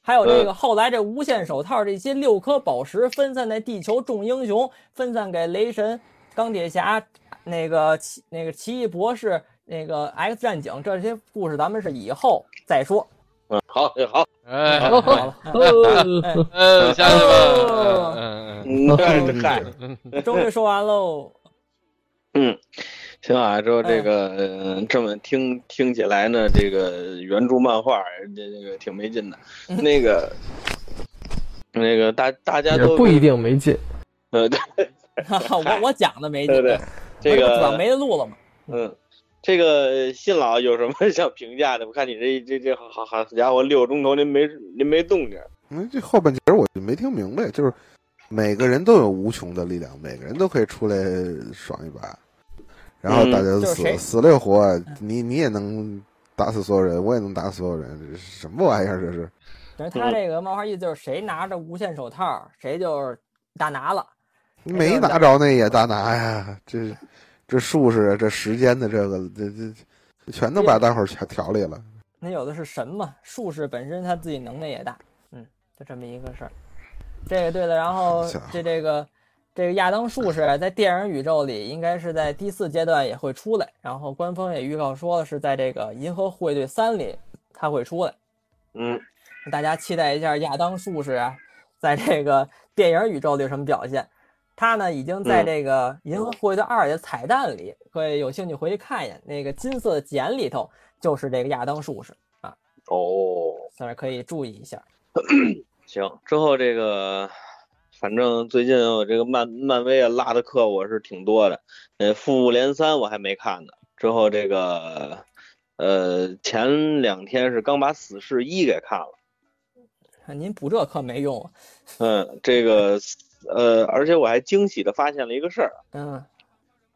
还有嗯这个后来这无限手套这些六颗宝石分散在地球众英雄，分散给雷神、钢铁侠、那个奇那个奇异博士、那个 X 战警这些故事，咱们是以后 再说。嗯，好， 好，哎，好了，嗯哦呃，下去吧哦。嗯嗯嗯，嗨，哎终于说完喽。 嗯，行啊，之后这嗯个、呃这么听听起来呢，这个原著漫画这这个挺没劲的，嗯那个那个大大家也都不一定没劲。呃对我 我讲的没劲对对，这主要个没得录了嘛。嗯，这个信老有什么 想评价的？我看你这这这好好家伙，六个钟头您没您没动静，嗯，这后半截儿我就没听明白，就是每个人都有无穷的力量，每个人都可以出来爽一把，然后嗯大家都就是死、谁死了又活，你你也能打死所有人，我也能打死所有人，这是什么玩意儿这是？等于他嗯这个漫画意思就是谁拿着无限手套，谁就是大拿了。你没拿着那也大拿呀，这这术士啊这时间的这个这这这全都把大伙儿调调理了。那有的是神嘛，术士本身他自己能耐也大，嗯，就这么一个事儿。这个对了，然后好家伙这这个这个亚当术士啊在电影宇宙里应该是在第四阶段也会出来，然后官方也预告说了是在这个《银河护卫队三》里他会出来，嗯大家期待一下亚当术士啊，在这个电影宇宙里有什么表现。他呢已经在嗯这个《银河护卫队二》的彩蛋里，各位有兴趣回去看一眼，那个金色的茧里头就是这个亚当术士，哦。算是可以注意一下。行，之后这个，反正最近我这个漫漫威啊拉的课我是挺多的，呃，复联三我还没看呢。之后这个，呃，前两天是刚把死侍一给看了，啊您补这课没用啊。嗯，这个，呃，而且我还惊喜的发现了一个事儿，嗯，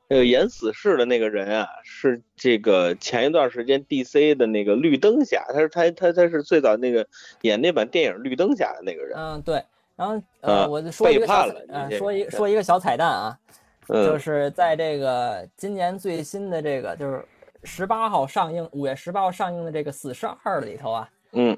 这个呃演死侍的那个人啊，是这个前一段时间 DC 的那个绿灯侠，他是他他他是最早那个演那版电影绿灯侠的那个人，嗯，对。然后呃，啊我就说一个背小叛彩了，呃你这说一个说一个小彩蛋啊，就嗯是在这个今年最新的这个就是十八号上映，五月十八号上映的这个《死侍二》里头啊，嗯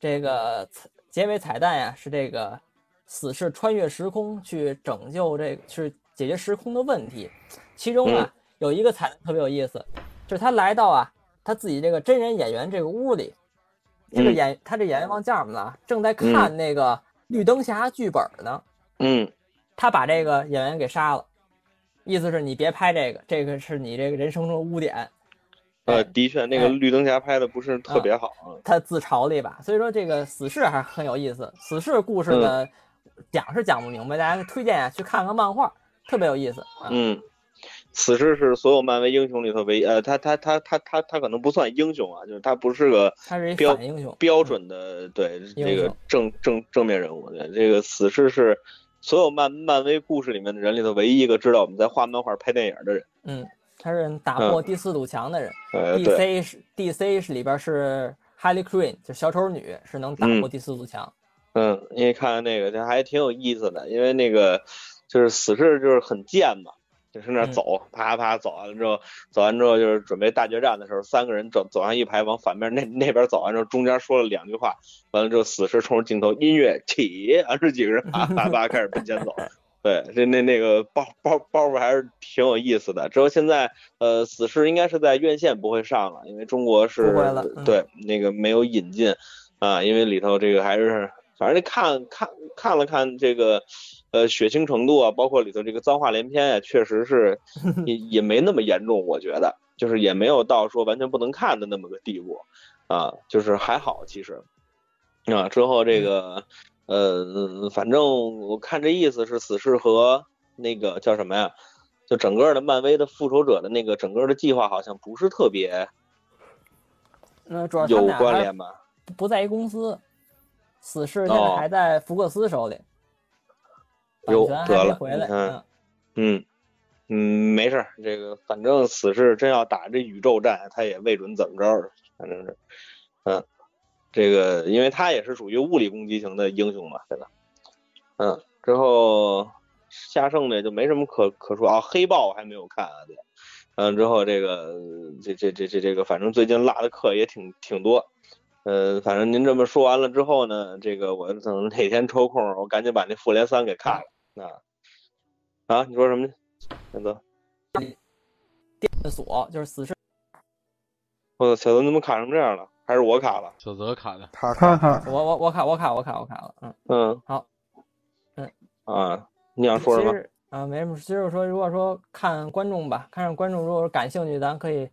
这个彩结尾彩蛋呀、是这个死侍穿越时空去拯救这个去解决时空的问题，其中啊、有一个彩蛋特别有意思，就是他来到啊他自己这个真人演员这个屋里，这个嗯演、他这演员忘叫什么了啊，正在看那个绿灯侠剧本呢，嗯他把这个演员给杀了，意思是你别拍这个，这个是你这个人生中的污点。呃，哎的确，那个哎绿灯侠拍的不是特别好啊。他自嘲了一把。所以说这个死侍还是很有意思。死侍故嗯事呢，讲是讲不明白，大家推荐啊去看看漫画，特别有意思啊。嗯，死侍是所有漫威英雄里头唯一呃，他他他他他他可能不算英雄啊，就是他不是个他是一标反英雄，标准的对英这个雄正正正面人物。对，这个死侍是所有漫漫威故事里面的人里头唯一一个知道我们在画漫画、拍电影的人。嗯，他是打破第四堵墙的人。呃，对， DC 是 DC 是里边是 Harley Quinn，就小丑女，是能打破第四堵墙。嗯，因为看看那个，这还挺有意思的，因为那个就是死侍就是很贱嘛。就是那儿嗯走，啪啪走完了之后，走完之后就是准备大决战的时候，三个人走走上一排，往反面那那边走完之后，中间说了两句话，完了之后死侍冲着镜头，音乐起，啊，这几个人啪啪啪开始奔前走。对，这那那个包包包袱还是挺有意思的。之后现在呃，死侍应该是在院线不会上了，因为中国是不会了嗯对那个没有引进啊，因为里头这个还是反正看看看了看这个呃血腥程度啊，包括里头这个脏话连篇啊，确实 是也也没那么严重，我觉得就是也没有到说完全不能看的那么个地步啊，就是还好其实啊，之后嗯这个呃，反正我看这意思是死侍和那个叫什么呀，就整个的漫威的复仇者的那个整个的计划好像不是特别那主要他有们俩关还联吧？不不在一公司，死侍现在还在福克斯手里，版哟权还得没了回你来。看嗯嗯嗯，没事儿，这个反正死侍真要打这宇宙战，他也未准怎么着，反正是，嗯，这个因为他也是属于物理攻击型的英雄嘛，对吧？嗯，之后下剩的就没什么可可说啊，黑豹我还没有看啊，对，嗯，之后这个这这这这这个，反正最近落的课也挺挺多。呃，反正您这么说完了之后呢，这个我等哪天抽空，我赶紧把那《复联三》给看了啊。啊，你说什么呢？陈泽，电锁就是死侍，我操，小泽你怎么卡成这样了？还是我卡了？小泽卡的，他看看看我我我卡我卡我卡我卡了，嗯，嗯，好，嗯，啊，你想说什其么？实啊、没什么事，就是说，如果说看观众吧，看上观众如果感兴趣，咱可以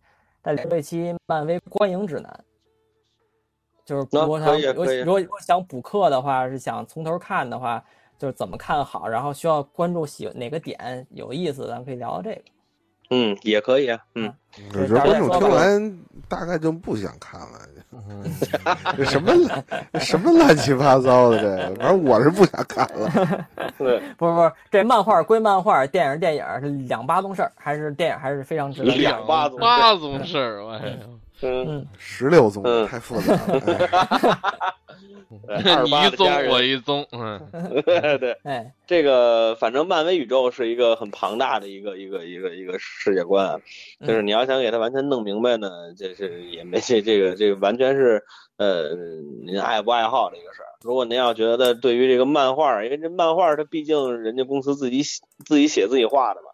再哎聊一期漫威观影指南。就是那如果可想以啊如果可以啊如果如果想补课的话，是想从头看的话，就是怎么看好，然后需要关注喜哪个点有意思，咱们可以聊聊这个。嗯，也可以啊，嗯，有时候观众听完大概就不想看了，嗯， 这什么乱什么乱七八糟的这，反正我是不想看了。嗯 对，不是不是，这漫画归漫画，电影电影是两八宗事儿，还是电影还是非常值得看的。两 八宗八宗事儿，哎呦， 嗯，嗯，十六宗嗯太复杂了，哎对二你八一的宗家我人，一宗，嗯，对，哎，这个反正漫威宇宙是一个很庞大的一个一个一个一个世界观啊，嗯就是你要想给它完全弄明白呢，这是也没这这个这个完全是呃您爱不爱好这个事儿。如果您要觉得对于这个漫画，因为这漫画它毕竟人家公司自己写自己写自己画的嘛，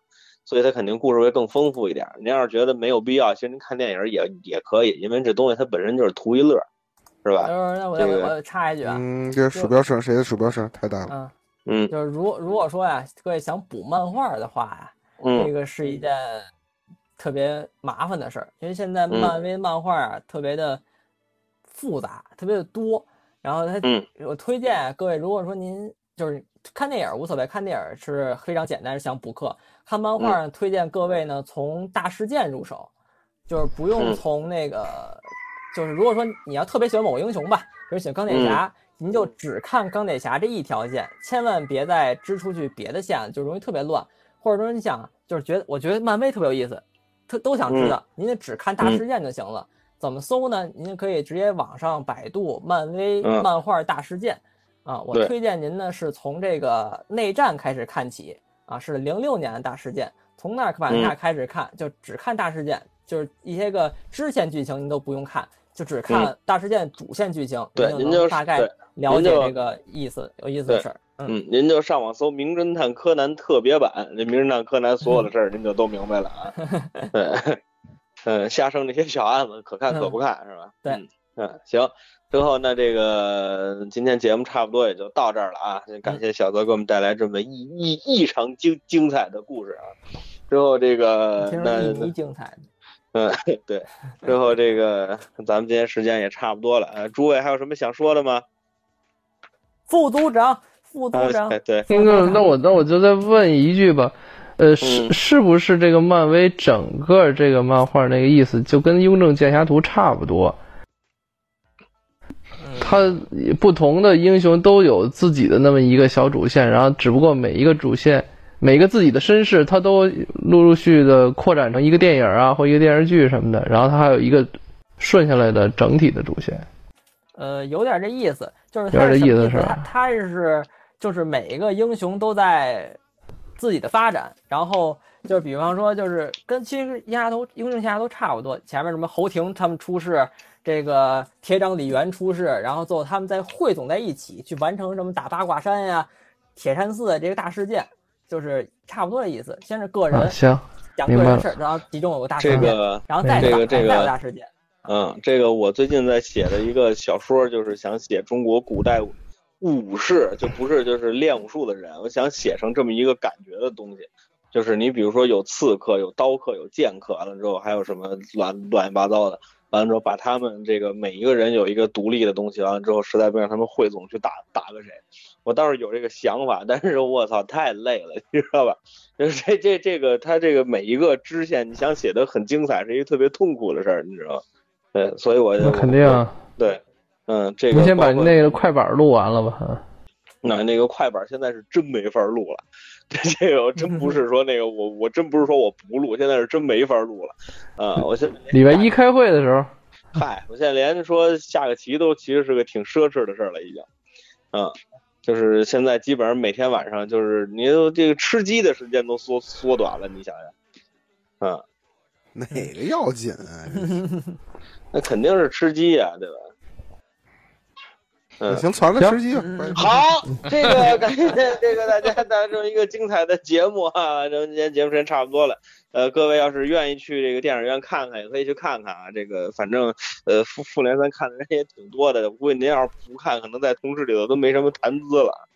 所以它肯定故事会更丰富一点。您要是觉得没有必要，其实您看电影也也可以，因为这东西它本身就是图一乐，是吧？就是那我这我个我插一句啊，嗯，这鼠标声谁的鼠标声太大了，嗯，嗯就是如果如果说呀，各位想补漫画的话呀，这嗯个是一件特别麻烦的事儿，因为现在嗯漫威漫画啊特别的复杂，特别的多。然后它，嗯我推荐啊各位，如果说您就是看电影无所谓，看电影是非常简单，是想补课；看漫画嗯呢，推荐各位呢从大事件入手，就是不用嗯从那个，就是如果说你要特别喜欢某个英雄吧，比如喜欢钢嗯铁侠，您就只看钢铁侠这一条线，千万别再支出去别的线，就容易特别乱。或者说你想就是觉得，我觉得漫威特别有意思，特都想嗯知道，您就只看大事件就行了。怎么搜呢？您可以直接网上百度漫威嗯漫画大事件。啊，我对推荐您呢是从这个内战开始看起啊，是零六年的大事件，从那儿把那嗯开始看，就只看大事件，就是一些个支线剧情您都不用看，就只看大事件主线剧情，嗯对您您就能是大概对了解您就这个意思，有意思的对事儿。嗯，嗯，您就上网搜《名侦探柯南》特别版，这《名侦探柯南》所有的事儿您就都明白了 啊。对，嗯，下生那些小案子可看可不看、是吧？对嗯，嗯，行，之后那这个今天节目差不多也就到这儿了啊，感嗯谢小泽给我们带来这么异异异常精精彩的故事啊。之后这个听呃那说印尼精彩，嗯 对，之后这个咱们今天时间也差不多了，呃，诸位还有什么想说的吗？副组长，副组啊，长，哎对，那个，那我那我就再问一句吧，呃，是嗯是不是这个漫威整个这个漫画那个意思，就跟《雍正剑侠图》差不多？嗯它不同的英雄都有自己的那么一个小主线，然后只不过每一个主线，每个自己的身世，它都陆陆续续的扩展成一个电影啊或一个电视剧什么的，然后它还有一个顺下来的整体的主线。呃，有点这意思，就是有点它这什么意思是他吧他是就是每一个英雄都在自己的发展，然后就是比方说就是跟其实丫头英雄下都差不多，前面什么侯婷他们出世，这个铁掌李元出世，然后最后他们再汇总在一起去完成什么打八卦山呀、铁山寺这个大事件，就是差不多的意思。先是个人啊，行，讲明个白人了事儿，然后集中有个大事这件，个。然后再这个打这个再有大事件。嗯，这个我最近在写的一个小说，就是想写中国古代武士，就不是就是练武术的人，我想写成这么一个感觉的东西，就是你比如说有刺客、有刀客、有剑客，完了之后还有什么乱乱七八糟的，完了之后把他们这个每一个人有一个独立的东西，完了之后实在不行他们汇总去打打个谁，我倒是有这个想法，但是我操太累了，你知道吧？就是这这这个他这个每一个支线，你想写的很精彩，是一个特别痛苦的事儿，你知道吗？对，所以我就那肯定啊，对，嗯，这个你先把包括那个快板录完了吧。啊那那个快板现在是真没法录了， 这这个我真不是说那个我我真不是说我不录，现在是真没法录了，啊、我现在礼拜一开会的时候，嗨，我现在连说下个棋都其实是个挺奢侈的事儿了，已经。嗯，就是现在基本上每天晚上就是你都这个吃鸡的时间都缩缩短了，你想想，嗯，哪个要紧啊？那肯定是吃鸡呀、对吧？嗯行，传个行吃鸡吧。嗯好，这个感谢这个大家当中一个精彩的节目啊，咱们今天节目时间差不多了。呃，各位要是愿意去这个电影院看看，也可以去看看啊。这个反正呃，复复联三看的人也挺多的，估计您要是不看，可能在同事里头都没什么谈资了。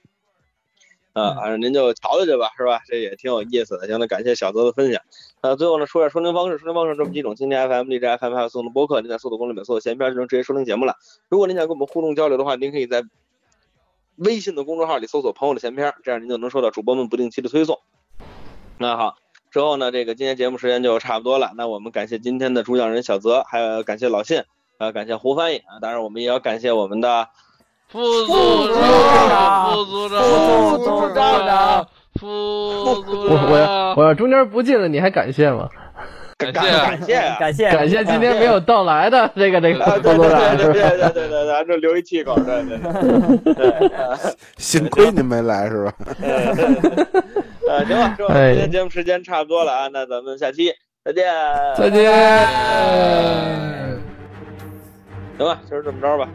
啊，嗯反正您就瞧瞧去吧，是吧？这也挺有意思的。行了，感谢小泽的分享。呃，最后呢，说一下收听方式，收听方式这么几种：蜻蜓 FM、荔枝 FM 还有送的播客。您在搜索公里面搜索“闲篇”就能直接收听节目了。如果您想跟我们互动交流的话，您可以在微信的公众号里搜索“朋友的闲篇”，这样您就能收到主播们不定期的推送。那好，之后呢，这个今天节目时间就差不多了。那我们感谢今天的主讲人小泽，还有感谢老信，呃，感谢胡翻译啊，当然我们也要感谢我们的 副组长，副哦组长，副组长，副组我我要啊长，我要中间不进了，你还感谢吗？感感谢感谢啊。感谢感谢今天没有到来的这个这个啊，副对对组长，对对对对对对，咱这留一气口，对对对对，啊幸亏您没来是吧？呃，行吧，这我们今天节目时间差不多了啊，那咱们下期再见， 啊再见。行吧，就是这么着吧。